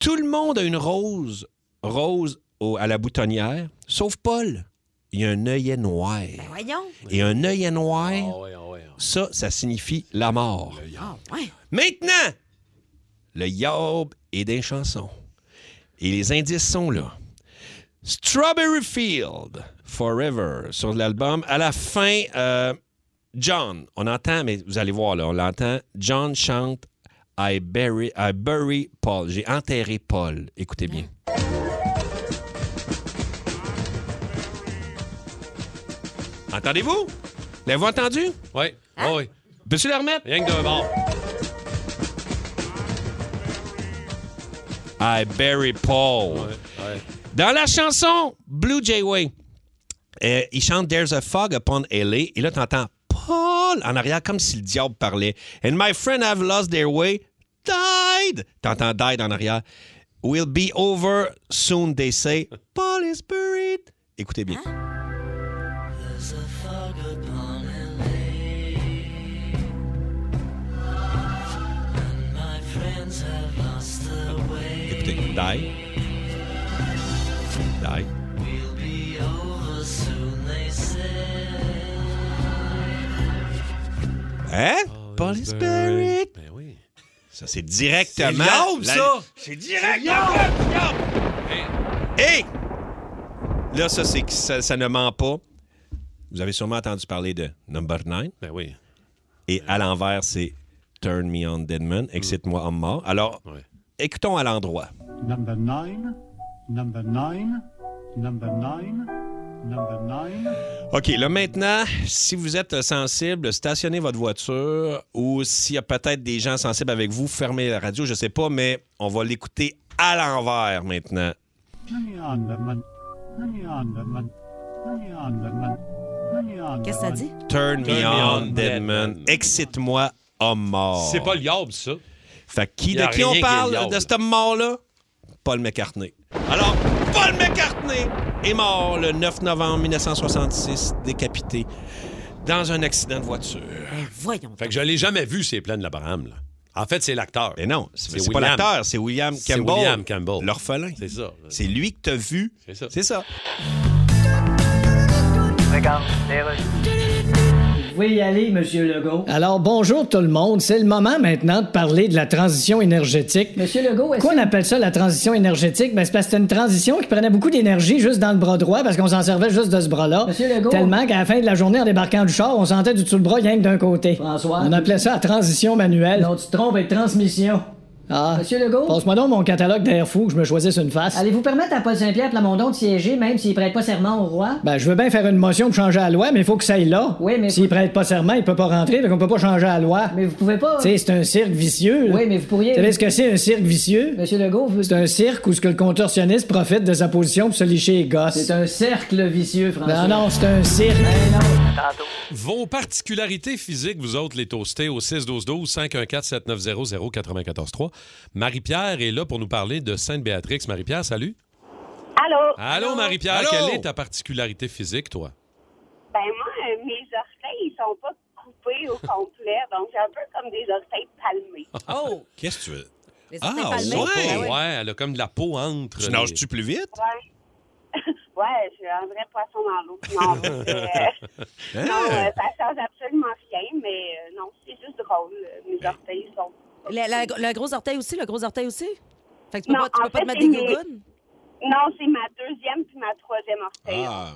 S5: Tout le monde a une rose, rose au- à la boutonnière, sauf Paul. Il a un œillet noir.
S3: Ben voyons.
S5: Et un œillet noir,
S4: Ah ouais, ouais.
S5: ça, ça signifie la mort.
S3: Ah, ouais.
S5: Maintenant, le yob est d'un chanson. Et les indices sont là. Strawberry Field, Forever, sur l'album. À la fin, euh, John, on entend, mais vous allez voir, là, on l'entend. John chante I bury, I bury Paul. J'ai enterré Paul. Écoutez bien. Entendez-vous? L'avez-vous entendu?
S4: Ouais, ouais.
S5: Peux-tu le remettre?
S4: Rien que d'un bord.
S5: I bury Paul.
S4: ouais.
S5: Dans la chanson Blue Jayway, euh, il chante There's a fog upon LA et là t'entends Paul en arrière comme si le diable parlait. And my friend have lost their way, died. T'entends died en arrière. Will be over soon they say. Paul is buried. Écoutez bien. Écoutez, die. Die. Hein? Paul is buried.
S4: Ben oui.
S5: Ça, c'est directement. la-
S10: C'est direct!
S5: Hey! Là, ça, c'est que ça, ça ne ment pas. Vous avez sûrement entendu parler de Number 9.
S4: Ben oui.
S5: Et à l'envers, c'est Turn Me On Deadman, Excite-moi homme mort. Alors, écoutons à l'endroit.
S2: Number nine, number nine, number nine, number nine.
S5: OK, là maintenant, si vous êtes sensible, stationnez votre voiture Euh, ou s'il y a peut-être des gens sensibles avec vous, fermez la radio, je sais pas, mais on va l'écouter à l'envers maintenant.
S3: Qu'est-ce que ça dit?
S5: Turn me
S4: Turn
S5: on, Deadman. Excite-moi, homme mort.
S4: C'est pas le yob, ça.
S5: Fait que qui,
S4: Y a
S5: de qui
S4: rien
S5: on
S4: qui est
S5: parle
S4: liable.
S5: de ce mort-là? Paul McCartney. Alors, Paul McCartney est mort le 9 novembre 1966, décapité dans un accident de voiture.
S3: Ben, voyons.
S4: Fait que je l'ai jamais vu, ces plans de la Braham, là. En fait, c'est l'acteur.
S5: Et non, c'est
S4: C'est
S5: c'est pas
S4: William.
S5: l'acteur, c'est William
S4: C'est
S5: Campbell.
S4: William Campbell.
S5: L'orphelin.
S4: C'est ça.
S5: C'est lui que t'as vu.
S4: C'est ça.
S5: C'est ça.
S7: Ah.
S8: Vous pouvez y aller, Monsieur Legault.
S7: Alors bonjour tout le monde, c'est le moment maintenant de parler de la transition énergétique.
S8: Monsieur Legault, est-ce
S7: Pourquoi on appelle ça la transition énergétique? Ben, c'est parce que c'était une transition qui prenait beaucoup d'énergie juste dans le bras droit parce qu'on s'en servait juste de ce bras-là.
S8: Monsieur Legault.
S7: Tellement qu'à la fin de la journée, en débarquant du char, on sentait du tout le bras rien que d'un côté.
S8: François.
S7: On appelait ça la transition manuelle.
S8: Non, tu te trompes avec transmission.
S7: Ah.
S8: Monsieur Legault?
S7: Passe-moi donc mon catalogue d'air fou que je me choisisse une face.
S8: Allez-vous permettre à Paul Saint-Pierre Plamondon de siéger, même s'il prête pas serment au roi?
S7: Ben, je veux bien faire une motion pour changer la loi, mais il faut que ça aille là.
S8: Oui, mais-
S7: S'il prête pas serment, il peut pas rentrer, donc on peut pas changer la loi.
S8: Mais vous pouvez pas.
S7: Tu sais, c'est un cirque vicieux. là.
S8: Oui, mais vous pourriez.
S7: Vous savez ce que c'est un cirque vicieux?
S8: Monsieur Legault, vous-
S7: C'est un cirque où ce que le contorsionniste profite de sa position pour se licher les gosses.
S8: c'est un cercle vicieux, François.
S7: Non, non, c'est un cirque.
S4: Vos particularités physiques, vous autres, les toastés au 612-12-514-7900-943. Marie-Pierre est là pour nous parler de Sainte-Béatrix. Marie-Pierre, salut.
S11: Allô?
S4: Allô, Marie-Pierre,
S5: Allô?
S4: quelle est ta particularité physique, toi?
S11: Ben moi, euh, mes orteils, ils sont pas coupés au complet, donc c'est un peu comme des orteils palmés.
S3: Oh!
S5: Qu'est-ce que tu veux?
S3: Les
S5: Ah,
S3: orteils palmés.
S5: ouais.
S3: Ah
S4: ouais. elle a comme de la peau entre.
S5: Tu
S4: les-
S5: nages-tu plus vite?
S11: Ouais. ouais, je suis un vrai poisson dans l'eau. Non, euh, non euh, ça change absolument rien, mais euh, non, c'est juste drôle. euh, Mes orteils sont...
S3: La, la- la grosse orteil aussi, le gros orteil aussi? Fait que tu peux
S11: Non,
S3: pas, tu peux
S11: en
S3: pas te
S11: fait,
S3: mettre
S11: c'est
S3: des
S11: mes-
S3: gougounes?
S11: Non, c'est ma deuxième puis ma troisième orteil.
S5: Ah.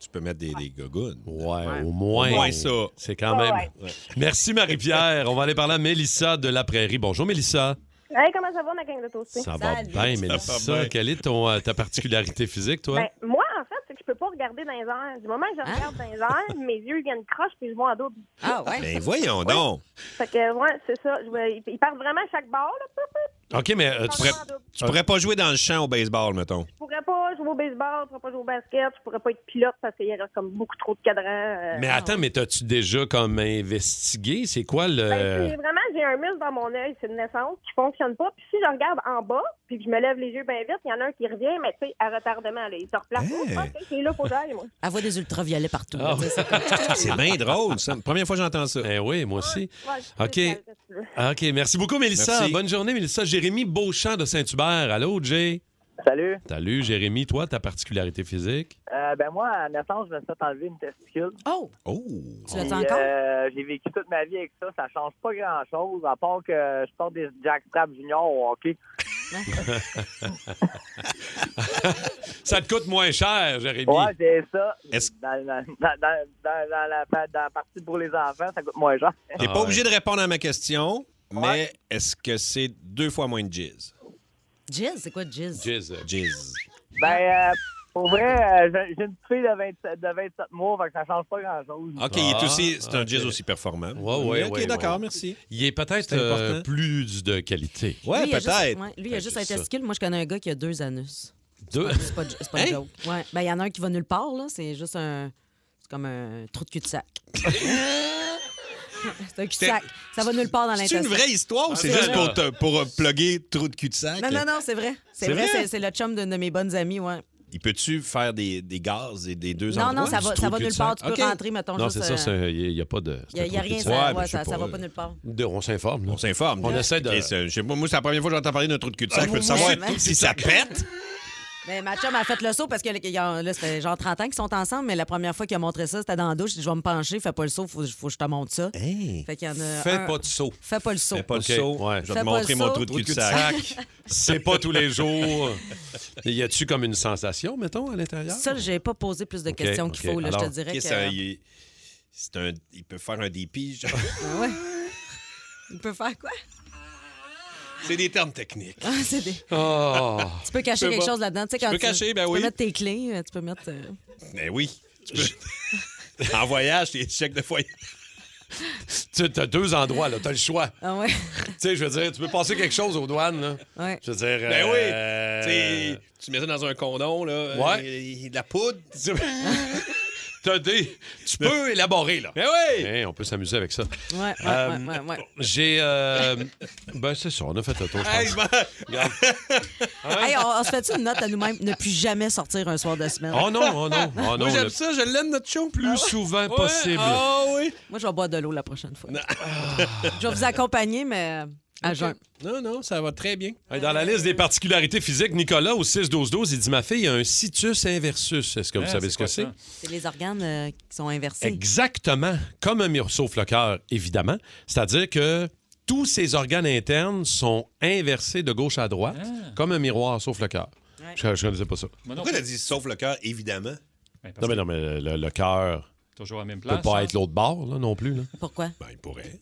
S5: Tu peux mettre des, des gogoons.
S4: Ouais, au moins.
S5: Au moins ça.
S4: C'est quand même.
S11: Ouais,
S4: Merci, Marie-Pierre. On va aller parler à Mélissa de La Prairie. Bonjour, Mélissa.
S11: comment ça va, ma gang de toasté?
S4: Ça va
S3: Salut.
S4: bien, Mélissa.
S5: bien.
S4: Quelle est ton, euh, ta particularité physique,
S11: Ben,
S4: toi?
S11: moi, en fait, c'est que je peux pas regarder dans les airs. Du moment que je regarde dans les airs, mes yeux viennent croche puis je vois en double.
S3: Ah, ouais.
S5: Ben voyons donc.
S11: Fait que, ouais, c'est ça. Je vais- ils- Ils partent vraiment à chaque barre, là. Poup, poup,
S4: OK, mais euh,
S11: ils sont
S4: tu pourrais.
S11: en double.
S5: Tu pourrais pas jouer dans le champ au baseball, mettons.
S11: Je pourrais pas jouer au baseball, je pourrais pas jouer au basket, je pourrais pas être pilote parce qu'il y aurait comme beaucoup trop de cadrans. euh.
S4: Mais attends, mais t'as-tu déjà comme investigué? C'est quoi
S11: Ben,
S4: le.
S11: c'est vraiment, j'ai un muscle dans mon œil, c'est une naissance qui fonctionne pas. Puis si je regarde en bas, puis que je me lève les yeux bien vite, il y en a un qui revient, mais tu sais, à retardement, là, il se replace.
S5: Hey.
S11: Oh, je pense que c'est là, faut que j'aille, moi.
S3: Elle voit des ultraviolets partout.
S4: Ah,
S3: Tu sais, c'est-
S5: C'est bien drôle, ça. Première fois que j'entends ça.
S4: Eh oui, moi aussi.
S11: Ouais, je-
S4: OK.
S11: je- je- je-
S4: OK, merci beaucoup, Mélissa.
S5: Merci.
S4: Bonne journée, Mélissa. Jérémy Beauchamp de Saint-Hubert. Allô, Jay?
S9: Salut.
S4: Salut, Jérémy. Toi, ta particularité physique?
S9: Euh, ben moi, à naissance, je me suis fait enlever une testicule.
S3: Oh!
S5: Oh!
S3: Tu l'as
S9: Puis,
S3: encore?
S9: euh, j'ai vécu toute ma vie avec ça. Ça change pas grand-chose, à part que je porte des jackstrap junior au hockey.
S4: Ça te coûte moins cher, Jérémy.
S9: Ouais, j'ai ça.
S5: Est-ce-
S9: Dans, dans- dans- dans- dans la, dans la partie pour les enfants, ça coûte moins cher.
S5: T'es
S4: Ah
S5: pas
S4: ouais.
S5: obligé de répondre à ma question, mais est-ce que c'est deux fois moins de jizz?
S3: Jizz, c'est quoi Jizz?
S4: Jizz.
S5: Jizz.
S9: Ben, euh, pour vrai, euh, j'ai- j'ai une petite fille de 27, de 27 mois, fait que ça change pas grand-chose.
S5: OK,
S4: Ah,
S5: il est aussi, c'est un
S4: ok.
S5: jizz aussi performant.
S4: Ouais, ouais,
S5: OK,
S4: ouais,
S5: d'accord,
S4: ouais.
S5: merci.
S4: Il est peut-être
S5: C'est important.
S4: euh, plus de qualité.
S5: Ouais,
S3: Lui, il a juste-
S5: peut-être. Ben,
S3: ouais, lui, il a
S4: Fait
S3: juste
S4: que
S3: un
S4: c'est ça.
S3: testicule. Moi, je connais un gars qui a deux anus.
S4: Deux.
S3: C'est pas, c'est pas
S5: Hein?
S3: une joke. Ouais. Ben, il y en a un qui va nulle part, là. C'est juste un. C'est comme un trou de cul-de-sac. c'est un cul-de-sac. Ça va nulle part dans
S5: C'est
S3: l'intestin.
S5: une vraie histoire ou c'est juste pour, te, pour euh, plugger trop de cul-de-sac?
S3: Non, non, non, c'est vrai. C'est
S5: C'est
S3: vrai,
S5: vrai?
S3: c'est- c'est le chum d'une de mes bonnes amies, ouais.
S5: Il peut-tu faire des, des gaz et des deux
S3: Non,
S5: endroits?
S3: non, ça
S5: du
S3: va,
S5: trou
S3: ça
S5: de
S3: va nulle
S5: cul-de-sac?
S3: part. Tu peux
S5: OK.
S3: rentrer, mettons,
S4: Non,
S3: juste.
S4: c'est ça,
S3: euh,
S4: c'est- il n'y a pas de.
S3: Il n'y a, rien,
S5: de sac.
S3: ça,
S5: Ouais,
S3: ouais,
S5: je sais
S3: ça, ça
S5: pas,
S3: va
S5: euh,
S3: pas nulle part.
S4: De, on s'informe. là.
S5: On s'informe.
S4: On
S5: là.
S4: essaie de-
S5: OK, c'est- je sais pas, moi, c'est la première fois que j'entends parler d'un trou de
S3: Ah,
S5: cul-de-sac. Je veux savoir
S3: Ouais,
S5: si ça pète.
S3: Mais Ben, ma chum a fait le saut parce que il y a- là, c'était genre 30 ans qu'ils sont ensemble, mais la première fois qu'il a montré ça, c'était dans la douche. J'ai dit, Je vais me pencher, fais pas le saut, faut, faut que je te montre ça. Fait qu'il y en a.
S4: Fais
S3: Euh, un-
S4: pas de saut.
S3: Fais pas le saut.
S5: Fais pas
S4: OK,
S5: le saut.
S4: ouais.
S5: Je
S3: Fais
S5: vais te
S3: pas
S5: montrer
S3: le
S5: mon
S3: saut.
S5: trou de
S4: Trou de
S5: cul-de-sac.
S4: C'est pas tous les jours. Y a-tu comme une sensation, mettons, à l'intérieur?
S3: Ça, j'ai pas posé plus de
S4: OK,
S3: questions qu'il
S4: OK.
S3: faut. Là, je
S4: Alors,
S3: te dirais
S5: Ok,
S3: que.
S5: ça, il, c'est un- il peut faire un dépit. genre.
S3: Ah ouais. Il peut faire quoi?
S5: C'est des termes techniques.
S3: Ah, c'est des-
S4: Ah.
S5: Oh.
S3: Tu peux cacher
S5: Je peux
S3: quelque
S5: pas.
S3: chose là-dedans. Tu, sais,
S5: Je
S3: quand
S5: peux cacher, ben
S3: tu
S5: oui.
S3: peux mettre tes clés, euh, tu peux mettre. euh,
S5: Mais Ben oui. Tu peux- en voyage, t'es chèque de foyer.
S4: Tu as deux endroits, là. Tu as le choix.
S3: Ah ouais.
S4: Tu sais, je veux dire, tu peux passer quelque chose aux douanes, là.
S3: Ouais.
S4: Je veux dire.
S5: Ben oui.
S4: euh,
S5: Tu sais, Tu mets ça dans un condom, là.
S4: Ouais.
S5: euh, de la poudre.
S4: T'as des... Tu peux élaborer, là.
S5: Mais Ben oui!
S4: ben, on peut s'amuser avec ça.
S3: Ouais, ouais,
S4: Euh,
S3: ouais, ouais, ouais.
S4: J'ai. euh, Ben, c'est ça, on a fait le tour, je pense. Regarde.
S3: Hey, on, on se fait une note à nous-mêmes? Ne plus jamais sortir un soir de semaine.
S4: Oh non, oh non, oh non.
S5: Moi, j'aime
S4: le
S5: ça, je l'aime, notre show.
S4: Plus souvent
S3: Ouais,
S4: possible.
S3: ah
S5: oui.
S3: Moi, je vais boire de l'eau la prochaine fois. Je vais vous accompagner, mais euh, à jeun.
S5: Non, non, ça va très bien.
S4: Hey, Dans la liste des particularités physiques, Nicolas, au 6-12-12, il dit Ma fille a un situs inversus. Est-ce que vous
S3: Ah,
S4: savez
S3: c'est
S4: ce que
S3: quoi
S4: c'est
S3: ça? C'est les organes euh, qui sont inversés.
S4: Exactement. Comme un mur, sauf le cœur, évidemment. C'est-à-dire que tous ses organes internes sont inversés de gauche à droite, comme un miroir, sauf le cœur.
S5: Ouais.
S4: Je ne connaissais pas ça.
S5: Pourquoi t'as dit sauf le cœur, évidemment?
S4: Non, mais, non, mais le, le cœur
S6: Toujours à la même
S4: peut
S6: place.
S4: pas
S6: hein.
S4: être l'autre bord là, non plus. Là.
S3: Pourquoi? Euh,
S4: Ben, il pourrait.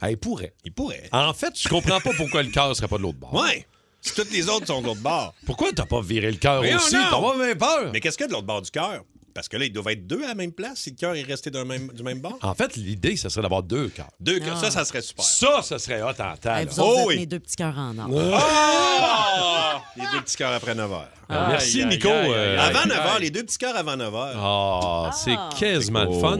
S4: Ah, il pourrait.
S5: Il pourrait.
S4: En fait, je comprends pas pourquoi le cœur serait pas de l'autre bord.
S5: Ouais. Si toutes les autres sont de l'autre bord.
S4: Pourquoi t'as pas viré le cœur
S5: Mais non,
S4: aussi?
S5: non.
S4: T'as pas bien peur.
S5: Mais qu'est-ce qu'il y a de l'autre bord du cœur? Parce que là, ils doivent être deux à la même place si le cœur est resté d'un même- du même bord.
S4: En fait, l'idée, ça serait d'avoir deux cœurs.
S5: Deux cœurs, ça, ça serait super.
S4: Ça, ça serait hot en temps.
S3: Hey,
S4: là.
S3: vous autres, vous êtes mes deux petits cœurs en or.
S5: Ah! les deux petits cœurs après 9 h.
S4: Ah, merci, Nico. euh,
S5: avant
S4: aïe,
S5: 9
S4: aïe.
S5: h, les deux petits cœurs avant 9 h.
S4: Ah, c'est quasiment le fun.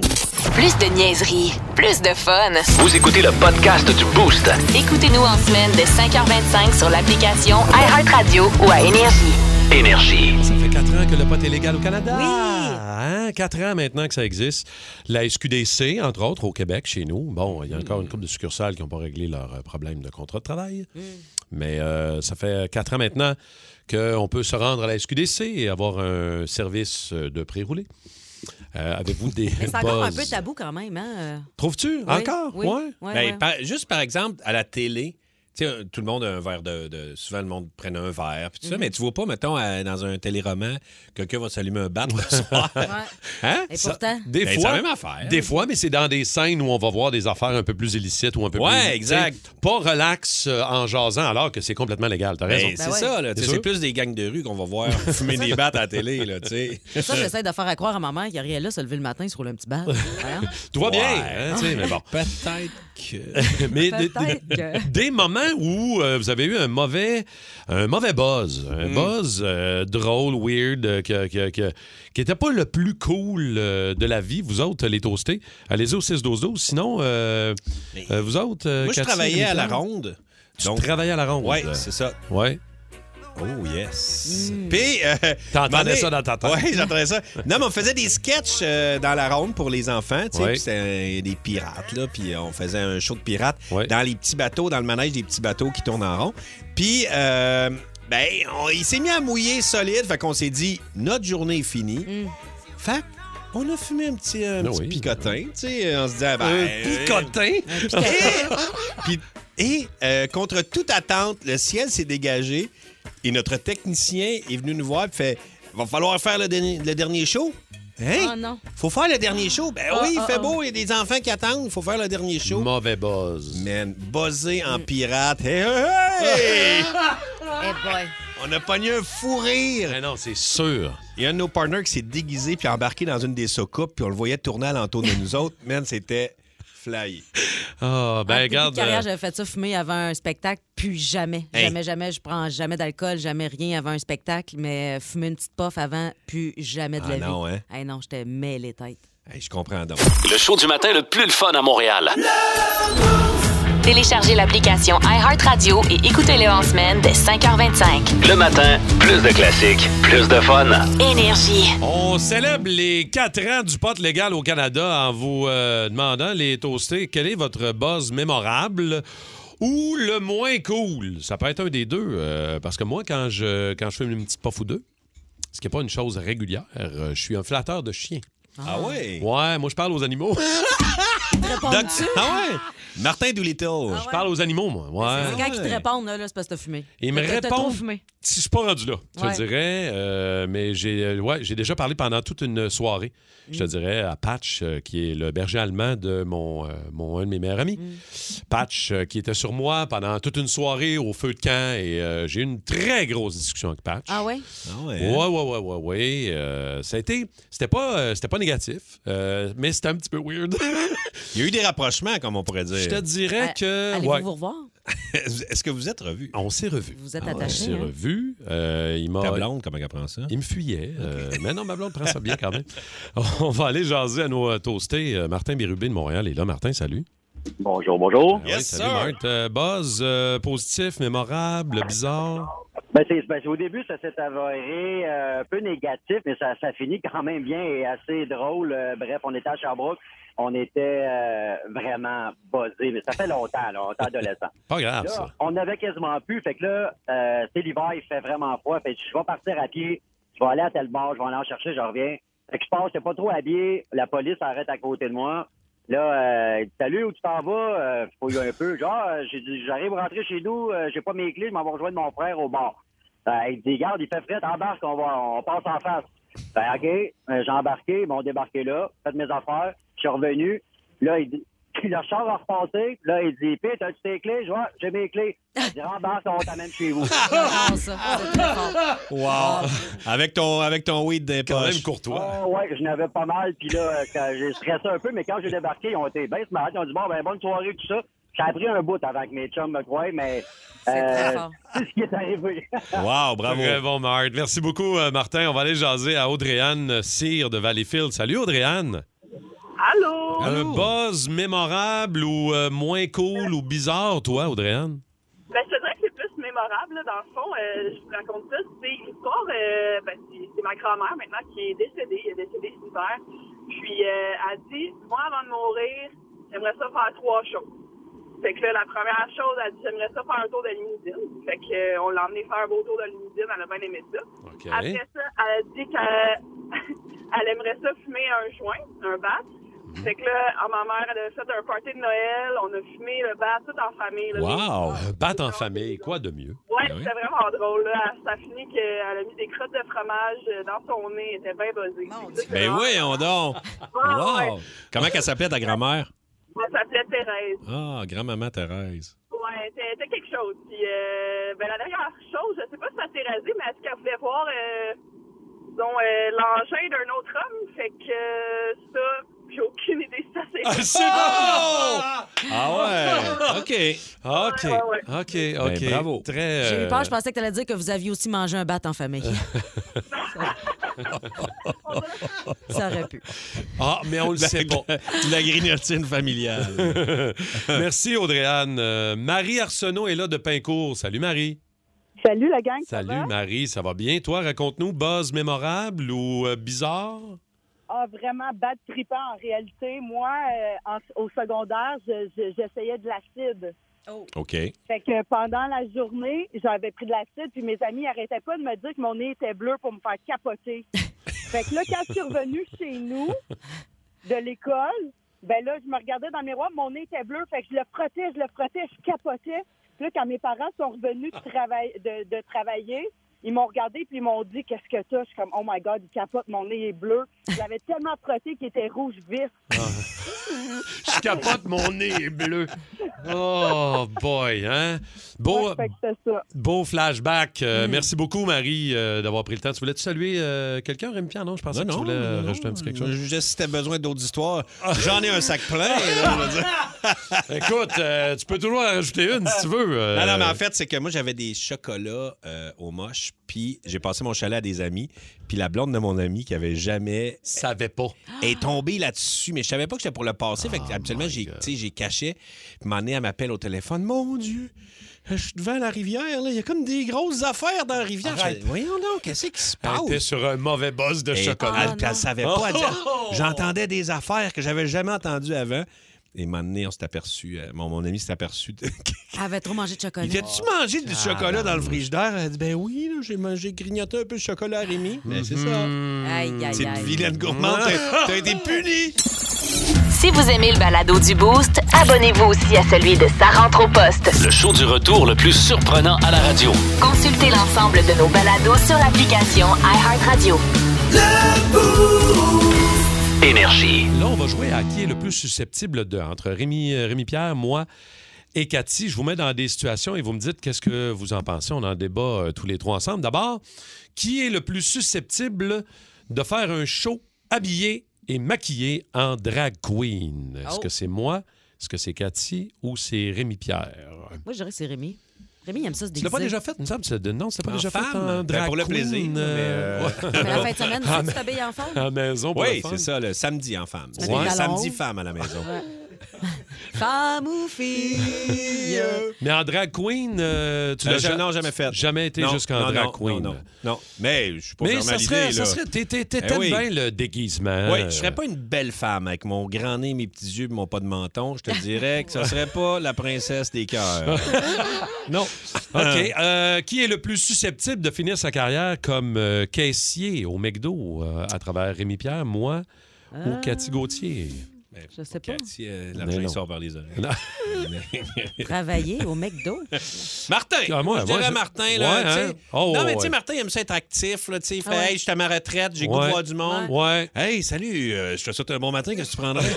S1: Plus de niaiserie, plus de fun.
S12: Vous écoutez le podcast du Boost.
S1: Écoutez-nous en semaine de 5h25 sur l'application iHeartRadio ou à Énergie.
S12: Énergie.
S4: Ça fait quatre ans que le pot est légal au Canada. Oui. Quatre ans maintenant que ça existe. La SQDC, entre autres, au Québec, chez nous. Bon, il y a encore une couple de succursales qui n'ont pas réglé leur euh, problème de contrat de travail.
S3: Mm.
S4: Mais euh, ça fait quatre ans maintenant qu'on peut se rendre à la SQDC et avoir un service euh, de pré-roulé. Euh, Avez-vous des.
S3: Mais c'est encore un peu
S4: buzz?
S3: tabou quand même, hein? euh.
S4: Trouves-tu?
S3: Oui,
S4: Encore?
S3: oui,
S4: Ouais?
S3: ouais,
S5: Ben,
S3: ouais.
S5: par- juste par exemple, à la télé, tu sais, tout le monde a un verre de, de- Souvent, le monde prenne un verre. puis tout ça,
S3: Mhm.
S5: Mais tu vois pas, mettons, à- dans un téléroman, quelqu'un va s'allumer un bat le soir. Hein?
S3: Et pourtant-
S4: Des
S5: Ben,
S4: fois,
S5: c'est la même affaire.
S4: Des fois, mais c'est dans des scènes où on va voir des affaires un peu plus illicites ou un peu
S5: Ouais,
S4: plus.
S5: exact.
S4: tu sais, Pas relax euh, en jasant alors que c'est complètement légal. T'as
S5: Ben,
S4: raison.
S5: c'est ça, là. tu sais,
S4: sûr.
S5: C'est plus des gangs de rue qu'on va voir fumer des battes à la télé, là, tu sais.
S3: Ça, j'essaie de faire à croire à ma mère qu'il n'y a rien là, se lever le matin, il se roule un petit bal. Voyons.
S4: Tout va bien,
S5: Ouais.
S4: hein, tu sais, mais bon.
S5: Peut-être que.
S4: Mais des,
S3: Peut-être que-
S4: des moments où euh, vous avez eu un mauvais, un mauvais buzz,
S5: Mm.
S4: un buzz euh, drôle, weird, euh, que- que- que- qui n'était pas le plus cool euh, de la vie, vous autres, les toastés. Allez-y au 6-12-12. Sinon, euh, euh, vous autres. euh,
S5: Moi, je
S4: Cathy,
S5: travaillais à la
S4: Rémi-Pierre?
S5: ronde.
S4: Tu travaillais à la ronde.
S5: Ouais, c'est ça.
S4: Ouais.
S5: Oh yes. Puis euh,
S4: Mm. T'entendais
S5: m'en-
S4: ça dans ta tête.
S5: Ouais, j'entendais ça. Non, mais on faisait des sketchs euh, dans la ronde pour les enfants, tu sais,
S4: Ouais.
S5: puis c'était euh, des pirates là, puis on faisait un show de pirates dans les petits bateaux, dans le manège des petits bateaux qui tournent en rond. Puis euh, ben on- il s'est mis à mouiller solide, fait qu'on s'est dit notre journée est finie. Fait on a fumé un petit, un
S4: Mm. Ah
S5: petit
S4: oui.
S5: picotin, tu sais, on se disait ben, Eh, euh, puis, et euh, contre toute attente, le ciel s'est dégagé et notre technicien est venu nous voir et fait Va falloir faire le, dernier- le dernier show. Hein?
S3: Oh non.
S5: Faut faire le dernier show. Ben
S3: Ah,
S5: oui, il
S3: ah,
S5: fait
S3: ah.
S5: beau, il y a des enfants qui attendent, il faut faire le dernier show.
S4: Mauvais buzz.
S5: Man, buzzé
S3: Mm.
S5: en pirate. Hey, hey, hey!
S3: Eh boy.
S5: On a pogné un fou rire.
S4: Eh non, c'est sûr.
S5: Il y a un de nos partners qui s'est déguisé puis embarqué dans une des soucoupes, puis on le voyait tourner à l'entour de nous autres. Man, c'était flyé.
S4: Ah, ben,
S3: En début de
S4: regarde.
S3: carrière,
S4: euh,
S3: j'avais fait ça fumer avant un spectacle, puis jamais.
S5: Hey.
S3: Jamais, jamais. Je prends jamais d'alcool, jamais rien avant un spectacle, mais euh, fumer une petite puff avant, puis jamais de
S5: Ah
S3: la
S5: non,
S3: vie.
S5: hein?
S3: Hey non, j'étais mêlée tête.
S5: Hey, je comprends donc.
S12: Le show du matin le plus le fun à Montréal.
S1: Téléchargez l'application iHeartRadio et écoutez-le en semaine dès 5h25.
S12: Le matin, plus de classiques, plus de fun.
S1: Énergie.
S4: On célèbre les 4 ans du pot légal au Canada en vous euh, demandant, les toastés, quel est votre buzz mémorable ou le moins cool? Ça peut être un des deux. euh, parce que moi, quand je, quand je fais une petite puff ou deux, ce qui n'est pas une chose régulière, euh, je suis un flatteur de chiens.
S5: Ah ouais?
S4: Ouais, moi, je parle aux animaux.
S5: Donc- ah ouais? Martin Doolittle.
S4: Je parle aux animaux, moi. Ah Ouais.
S3: Ah C'est quand ils te répondent, là, là, c'est parce que t'as fumé.
S4: Ils me
S3: T'as- t'as trop
S4: répondent.
S3: fumé.
S4: Si je suis pas rendu là, je
S3: Ouais.
S4: te dirais, euh, mais j'ai euh, ouais, j'ai déjà parlé pendant toute une soirée,
S3: Mm.
S4: je te dirais, à Patch, euh, qui est le berger allemand de mon, euh, mon un de mes meilleurs amis.
S3: Mm.
S4: Patch, euh, qui était sur moi pendant toute une soirée au feu de camp, et euh, j'ai eu une très grosse discussion avec Patch.
S3: Ah ouais?
S4: Ouais,
S5: hein?
S4: ouais, ouais, ouais, ouais. Euh, ça a été- c'était pas, euh, c'était pas négatif, euh, mais c'était un petit peu weird.
S5: Il y a eu des rapprochements, comme on pourrait dire.
S4: Je te dirais
S3: Ah,
S4: que.
S3: Allez-vous
S4: ouais.
S3: vous revoir?
S5: Est-ce que vous êtes revus?
S4: On s'est revus.
S3: Vous êtes
S4: On
S3: attachés,
S4: s'est
S3: hein?
S4: revus. Euh, il m'a.
S5: Ta blonde, comment elle prend ça?
S4: Il me fuyait. euh, mais non, ma blonde prend ça bien quand même. On va aller jaser à nos euh, toastés. Euh, Martin Bérubé de Montréal est là. Martin, salut.
S13: Bonjour, bonjour.
S4: Ah oui, salut, Marthe. Euh, buzz euh, positif, mémorable, bizarre.
S13: Ben, c'est- ben, c'est- au début, ça s'est avéré euh, un peu négatif, mais ça, ça finit quand même bien et assez drôle. Euh, bref, on était à Sherbrooke. On était euh, vraiment buzzés, mais ça fait longtemps, là, on était adolescent.
S4: Pas grave,
S13: Là,
S4: ça.
S13: On avait quasiment pu. Fait que là, euh, c'est l'hiver, il fait vraiment froid. Fait que je vais partir à pied, je vais aller à tel bar, je vais aller en chercher, je reviens. Fait que je passe, j'étais pas trop habillé. La police arrête à côté de moi. Là, euh, il dit, salut, où tu t'en vas? Euh, fouille un peu. Genre, euh, j'ai dit, j'arrive rentrer chez nous, euh, j'ai pas mes clés, je m'en vais rejoindre mon frère au bar. Euh, il dit, garde, il fait fret, embarque, on, va, on passe en face. Ben, OK, Euh, j'ai embarqué, ils m'ont débarqué là, fait mes affaires, je suis revenu. Là, il dit, le char a repassé, là, il dit, Pete, as-tu tes clés? Je vois, j'ai mes clés. Il dit, rembarque, on t'amène chez vous.
S3: Ah,
S5: Wow! avec, ton, avec ton weed des poches. Quand même
S4: courtois.
S13: Ah ouais, je n'avais pas mal, puis là, euh, quand j'ai stressé un peu, mais quand j'ai débarqué, ils ont été bien smart. Ils ont dit, bon, ben, bonne soirée, tout ça. Ça a pris un bout avant que mes chums me croient, mais
S4: très
S13: euh,
S4: fort.
S13: c'est ce qui est arrivé.
S4: Wow, Ah, bravo. Très bon, Marthe. Merci beaucoup, euh, Martin. On va aller jaser à Audrey-Anne Cyr de Valleyfield. Salut, Audrey-Anne.
S14: Allô?
S4: Un buzz mémorable ou euh, moins cool ou bizarre, toi, Audrey-Anne?
S14: Ben, je te dirais que c'est plus mémorable, là, dans le fond. Euh, je vous raconte ça. C'est l'histoire, euh, ben, c'est c'est ma grand-mère maintenant qui est décédée. Elle est décédée cet hiver. Puis, euh, elle dit Moi, avant de mourir, j'aimerais ça faire trois choses. Fait que là, la première chose, elle dit J'aimerais ça faire un tour de limousine. Fait que, euh, on l'a emmené faire un beau tour de limousine. Elle a bien aimé ça. Après ça, elle a dit qu'elle elle aimerait ça fumer un joint, un bat.
S4: Mhm.
S14: Fait que là, à ma mère, elle a fait un party de Noël. On a fumé le bat tout en famille. là. Ah.
S4: Wow! Battre en famille, quoi de mieux?
S14: Ouais,
S4: Ben oui.
S14: c'était vraiment drôle. Là. Ça finit qu'elle a mis des crottes de fromage euh, dans son nez. Elle était bien buzzée. Ça, c'est
S5: Ben
S14: vraiment-
S5: oui, on donc.
S14: Ah,
S5: Wow! Comment qu'elle s'appelait ta grand-mère?
S14: Elle s'appelait Thérèse.
S5: Ah, grand-maman Thérèse.
S14: Ouais, c'était c'était quelque chose. Puis, euh, ben, la dernière chose, je sais pas si ça s'est rasé, mais est-ce qu'elle voulait voir, euh, disons, euh, l'engin d'un autre homme? Fait que euh, ça, j'ai aucune idée si ça s'est
S4: Ah, c'est bon! Ah ouais! OK. OK.
S3: Ouais, ouais,
S4: OK. OK.
S5: Ben, bravo.
S4: Très.
S3: J'ai eu
S4: euh,
S3: peur, je pensais que t'allais dire que vous aviez aussi mangé un bat en famille. Ça aurait pu.
S4: Ah, mais on le sait pas.
S5: La grignotine familiale.
S4: Merci, Audrey-Anne. Euh, Marie Arsenault est là de Pincourt. Salut, Marie.
S15: Salut la gang. ça
S4: Salut,
S15: va?
S4: Marie. Ça va bien? Toi, raconte-nous, buzz mémorable ou euh, bizarre?
S15: Ah, vraiment bad tripant en réalité. Moi, euh, en- au secondaire, je- je- j'essayais de l'acide.
S5: OK.
S15: Fait que pendant la journée, j'avais pris de l'acide, puis mes amis arrêtaient pas de me dire que mon nez était bleu pour me faire capoter. fait que là, quand je suis revenue chez nous, de l'école, ben là, je me regardais dans le miroir, mon nez était bleu, fait que je le frottais, je le frottais, je capotais. Puis là, quand mes parents sont revenus de, travail- de, de travailler, ils m'ont regardé puis ils m'ont dit qu'est-ce que t'as? Je suis comme oh my god, il capote, mon nez est bleu. Je l'avais tellement frotté qu'il était rouge vif.
S4: Je capote, mon nez est bleu. Oh, boy, hein? Beau,
S15: Ouais, fait que Hmm. c'est ça.
S4: beau flashback. Euh, Merci beaucoup, Marie, euh, d'avoir pris le temps. Tu voulais-tu saluer euh, quelqu'un, Rémi Pierre? Non, je pensais
S5: Non,
S4: que tu
S5: non,
S4: voulais euh,
S5: non,
S4: rajouter un petit quelque chose. Ah.
S5: Juste si t'as besoin d'autres histoires, j'en ai un sac plein. là, je veux dire.
S4: Écoute, euh, tu peux toujours en rajouter une si tu veux. euh.
S5: Non, non, mais en fait, c'est que moi, j'avais des chocolats euh, au moche, puis j'ai passé mon chalet à des amis, puis la blonde de mon ami qui avait jamais.
S4: Savait pas.
S5: Est tombée là-dessus, mais je savais pas que c'était pour le passer.
S4: Oh
S5: fait que habituellement, j'ai, tu sais, j'ai caché. Puis, m'en elle m'appelle au téléphone. Mon Dieu, je suis devant la rivière, là. Il y a comme des grosses affaires dans la rivière. Je fais, Voyons donc, qu'est-ce qui se passe?
S4: Elle était sur un mauvais buzz de
S5: Et
S4: chocolat. Oh!
S5: Elle, elle savait pas. elle disait, J'entendais des affaires que j'avais jamais entendues avant. Et un moment donné, on s'est aperçu, euh, mon, mon ami s'est aperçu de-
S3: Elle avait trop mangé de chocolat.
S5: Il
S4: Oh,
S5: a-tu mangé du chocolat dans le frigidaire? Elle a dit, ben oui, là, j'ai mangé, grignoté un peu de chocolat à Rémi. Ben, c'est ça.
S4: Hmm.
S3: Aïe, aïe,
S5: C'est une
S3: aïe.
S5: vilaine gourmande. T'as- T'as été puni.
S1: Si vous aimez le balado du Boost, abonnez-vous aussi à celui de Sa rentre au poste.
S12: Le show du retour le plus surprenant à la radio.
S1: Consultez l'ensemble de nos balados sur l'application iHeartRadio.
S12: Énergie.
S4: Là, on va jouer à qui est le plus susceptible de entre Rémi, euh, Rémi Pierre, moi et Cathy. Je vous mets dans des situations et vous me dites qu'est-ce que vous en pensez. On en débat euh, tous les trois ensemble. D'abord, qui est le plus susceptible de faire un show habillé et maquillé en drag queen Est-ce
S3: Oh.
S4: que c'est moi Est-ce que c'est Cathy ou c'est Rémi Pierre
S3: Moi, je dirais que c'est Rémi. Rémi, il aime ça se
S4: tu
S3: déguiser.
S4: l'as pas déjà fait, il me semble. c'est de- Non, c'est pas
S5: En
S4: déjà fait
S5: femme?
S4: en
S5: Ben,
S4: drag
S5: pour le
S4: queen,
S5: plaisir, mais, euh,
S3: Mais en fin de semaine,
S4: Ah,
S3: tu
S4: mais-
S3: t'habilles en femme.
S4: À maison pour le
S5: Oui,
S4: fun.
S5: c'est ça, le samedi en femme.
S3: Tu mets des
S5: Ouais.
S3: galons
S5: Samedi
S3: hauts.
S5: femme à la maison.
S3: Femme ou fille?
S4: Mais en drag queen, euh, tu
S5: Euh,
S4: l'as
S5: je-
S4: ja-
S5: non, jamais fait.
S4: Jamais été
S5: Non,
S4: jusqu'en
S5: non,
S4: drag
S5: non,
S4: queen.
S5: non, non, non. Mais je suis pas
S4: Mais
S5: fermé à
S4: ça serait,
S5: l'idée,
S4: ça
S5: là.
S4: serait, Euh. t'es- t'es- t'es-
S5: Eh
S4: t'aimes
S5: oui.
S4: bien le déguisement.
S5: Oui, je serais pas une belle femme avec mon grand nez, mes petits yeux, puis mon pas de menton. Je te dirais que ça serait pas la princesse des cœurs. non.
S4: OK. euh, qui est le plus susceptible de finir sa carrière comme euh, caissier au McDo euh, à travers Rémi Pierre, moi
S3: Ah.
S4: ou Cathy Gauthier?
S3: Je sais pas.
S5: Si, euh,
S4: Mais
S5: l'argent
S4: non.
S5: il sort par les oreilles.
S4: Non.
S3: Travailler au McDo.
S5: Martin!
S4: Ah, moi,
S5: je
S4: moi,
S5: dirais
S4: je-
S5: Martin, là.
S4: Ouais,
S5: tu sais.
S4: hein? Oh,
S5: non, mais
S4: ouais.
S5: tu sais, Martin, il aime ça être actif, là. Tu sais, il fait
S3: Ah ouais.
S5: Hey, je suis à ma retraite, j'ai
S4: Ouais.
S5: goût de voir du monde.
S4: Ouais.
S5: Hey, salut, euh, je te souhaite un bon matin, qu'est-ce que tu prendrais?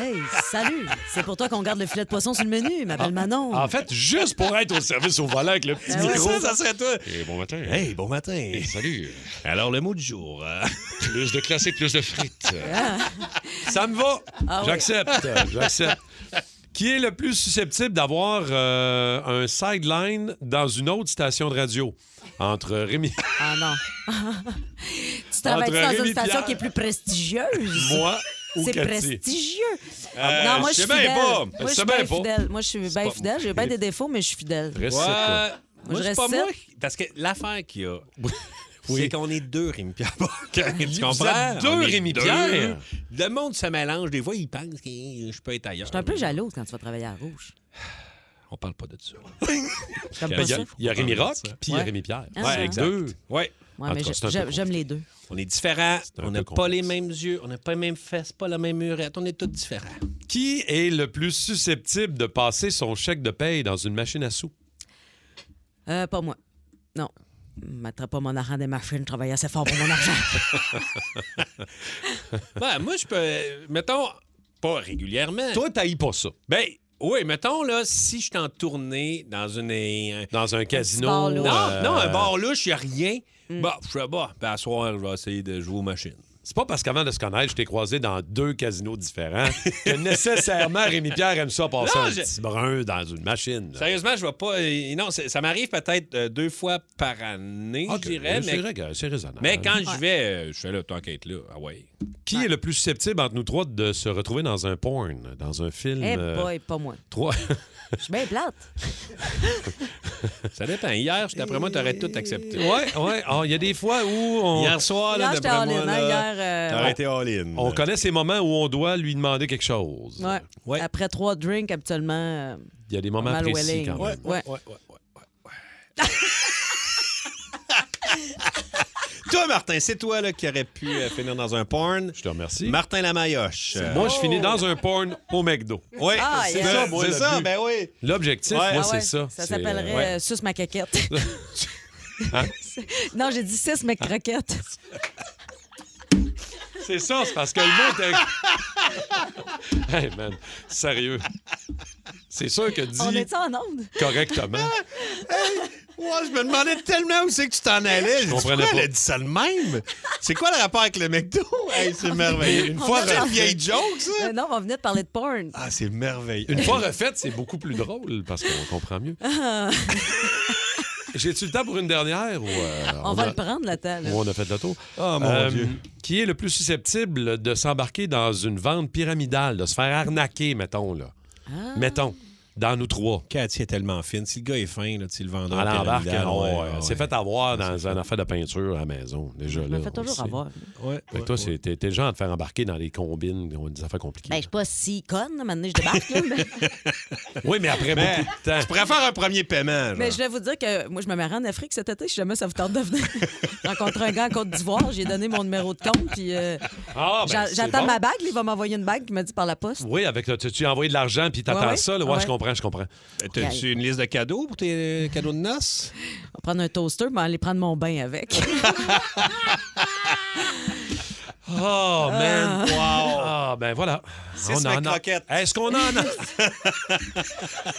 S3: Hey, salut! C'est pour toi qu'on garde le filet de poisson sur le menu, ma
S4: Ah.
S3: belle Manon.
S4: En fait, juste pour être au service au volant avec le petit
S3: Ah ouais.
S4: micro.
S5: ça, ça serait toi.
S4: Et bon matin.
S5: Hey, bon matin.
S4: Salut.
S5: Alors, le mot du jour. euh,
S4: Plus de classique, plus de frites.
S5: Ah. ça me va.
S3: Ah oui.
S4: J'accepte. J'accepte. Qui est le plus susceptible d'avoir euh, un sideline dans une autre station de radio? Entre Rémi.
S3: Ah non. tu travailles
S4: Entre
S3: dans une
S4: Rémi
S3: station
S4: Pierre.
S3: qui est plus prestigieuse.
S4: Moi ou
S3: C'est
S4: Cathy?
S3: prestigieux.
S4: Euh,
S3: non, moi,
S4: je
S3: je
S4: sais
S3: suis
S4: bien
S3: fidèle.
S4: pas.
S3: Moi,
S4: Je
S3: je
S4: sais
S3: suis
S4: bien
S3: bien
S4: pas.
S3: fidèle. Moi, je suis bien
S4: pas-
S3: fidèle. J'ai bien des défauts, mais je suis fidèle.
S4: Reste
S5: Ouais.
S4: quoi.
S5: Moi,
S3: je
S5: c'est pas
S3: reste
S5: moi. qui- Parce que l'affaire qu'il y a, c'est qu'on est deux Rémi Pierre.
S4: Vous
S5: tu comprends?
S4: êtes deux
S5: On est
S4: Rémi Pierre?
S5: Le monde se mélange. Des fois, ils pensent que eh, je peux être ailleurs.
S3: Je suis un peu jalouse quand tu vas travailler à Rouge.
S5: On parle pas de ça.
S3: J'aime
S4: Il
S3: pas
S4: y a,
S3: ça.
S4: il y a Rémi
S5: Faut pas
S4: Rock,
S5: parler de ça.
S4: puis il y a
S3: Ouais.
S4: Rémi Pierre.
S3: Ah,
S5: Ouais,
S3: ah.
S5: exact.
S4: Deux.
S5: Ouais.
S3: Ouais,
S4: En
S3: mais
S4: tout cas,
S3: j'ai-
S4: c'est un peu
S3: j'aime j'aime les deux.
S5: On est différents.
S4: un
S5: On
S4: peu
S5: n'a pas
S4: complexe.
S5: les mêmes yeux. On n'a pas les mêmes fesses, pas la même murette. On est tous différents.
S4: Qui est le plus susceptible de passer son chèque de paye dans une machine à sous?
S3: Euh, pas moi. Non. Je mettrais pas mon argent des machines, travailler assez fort pour mon argent.
S5: Ben, moi, je peux. Mettons, pas régulièrement.
S4: Toi, t'haïs pas ça.
S5: Ben, oui, mettons, là, si je suis en tournée dans une. un-
S4: Dans un casino.
S3: bar louche.
S5: Non,
S4: euh, Hmm.
S5: non, un bar louche, il n'y a rien. Bah, je sais pas. Ben, à soir, je vais essayer de jouer aux machines.
S4: C'est pas parce qu'avant de se connaître, je t'ai croisé dans deux casinos différents que nécessairement Rémi Pierre aime ça passer
S5: Non,
S4: un
S5: je-
S4: petit brun dans une machine. là.
S5: Sérieusement, je vais pas. euh, Non, c'est- ça m'arrive peut-être euh, deux fois par année,
S4: Ok,
S5: je dirais.
S4: Ah, c'est
S5: Mais,
S4: rég- c'est raisonnable.
S5: mais quand je vais, euh, je fais là, t'inquiète là. Ah ouais.
S4: Qui est le plus susceptible entre nous trois de se retrouver dans un porn, dans un film?
S3: Eh
S4: euh,
S3: boy, pas moi.
S4: Trois.
S3: Je suis bien plate.
S5: Ça dépend. Hier, d'après moi, t'aurais tout accepté.
S4: ouais, ouais. Ah, Il y a des fois où on.
S5: Hier soir,
S3: Hier,
S5: là,
S3: j'étais
S5: d'après
S3: all-in,
S5: moi,
S3: hein,
S5: là,
S3: hier, euh,
S5: t'aurais
S3: ouais.
S5: été all-in.
S4: On connaît ces moments où on doit lui demander quelque chose.
S3: Ouais.
S5: Ouais.
S3: Après trois drinks, habituellement. euh,
S4: Il y a des moments
S3: Mal
S4: précis
S3: welling.
S4: quand même.
S3: Ouais.
S5: Toi, Martin, c'est toi là, qui aurais pu euh, finir dans un porn.
S4: Je te remercie.
S5: Martin Lamayoche. Euh,
S4: Moi, je
S3: Oh!
S4: finis dans un porn au McDo.
S5: Oui,
S3: Ah,
S5: c'est
S3: yes.
S5: ça,
S4: moi,
S5: c'est
S4: le
S5: ça,
S4: but.
S5: ben oui.
S4: L'objectif,
S5: Ouais.
S4: moi,
S3: Ah ouais,
S4: c'est ça.
S3: Ça
S4: C'est, euh,
S3: s'appellerait
S4: ouais.
S3: euh, Suce ma Hein? caquette. non, j'ai dit Suce ma croquette.
S4: C'est ça, c'est parce que le mot était. hey, man, sérieux. C'est sûr que
S3: On
S4: dit
S3: est en onde?
S4: correctement.
S5: Ouais, je me demandais tellement où c'est que tu t'en allais. Je
S4: comprenais pas.
S5: comprenais Elle a dit ça de même. C'est quoi le rapport avec le McDo? Hey, c'est merveilleux. Une
S3: On
S5: fois,
S3: a
S5: c'est une
S3: lancé.
S5: vieille joke, ça.
S3: Euh, non, on venait de parler de porn.
S5: Ah, c'est merveilleux.
S4: Une fois refaite, c'est beaucoup plus drôle parce qu'on comprend mieux. J'ai-tu le temps pour une dernière ou. euh,
S3: on, va
S4: a-
S3: le prendre, là, dedans
S4: ou on a fait de l'auto.
S5: Ah, mon Dieu.
S4: Qui est le plus susceptible
S3: Ah.
S4: de s'embarquer dans une vente pyramidale, de se faire arnaquer, mettons, là. Mettons. Dans nous trois.
S5: Cathy est tellement fine. Si le gars est fin, là, tu sais, le vendeur.
S4: À l'embarque,
S5: pyramidal, ouais,
S4: ouais,
S5: ouais, Ah,
S4: ouais. s'est fait avoir dans un affaire de peinture à la maison, déjà.
S3: me
S4: là,
S3: fais
S4: on
S3: toujours
S4: le sait.
S3: avoir.
S5: Ouais.
S4: Fait que toi, c'est- t'es t'es le genre à te faire embarquer dans les combines, on a des affaires compliquées.
S3: Ben, je suis pas si conne, là, maintenant je débarque. là, mais...
S4: Oui, mais après
S5: Mais
S4: beaucoup de temps.
S5: Tu pourrais faire un premier paiement.
S3: mais je vais vous dire que moi, je me marie en Afrique cet été, si jamais ça vous tente de venir. Rencontrer un gars en Côte d'Ivoire, j'ai donné mon numéro de compte, puis euh,
S4: Ah, ben,
S3: j'a-
S4: c'est
S3: j'attends
S4: bon.
S3: ma bague, il va m'envoyer une bague, il m'a dit par la poste.
S4: Oui, avec le- tu, tu as envoyé de l'argent puis t'attends
S3: Ouais, ouais.
S4: ça. Là, ouais,
S3: Ouais.
S4: je comprends, je comprends.
S5: T'as-tu une liste de cadeaux pour tes euh, cadeaux de noces?
S3: On va prendre un toaster, mais aller prendre mon bain avec.
S4: Oh,
S3: Ah.
S4: man! Wow! Ah, ben voilà.
S5: Six
S4: en a-
S5: McCroquettes.
S4: Est-ce qu'on en a...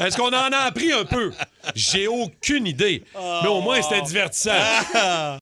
S4: Est-ce qu'on en Oh. a appris un peu? J'ai aucune idée. Mais au moins, c'était divertissant.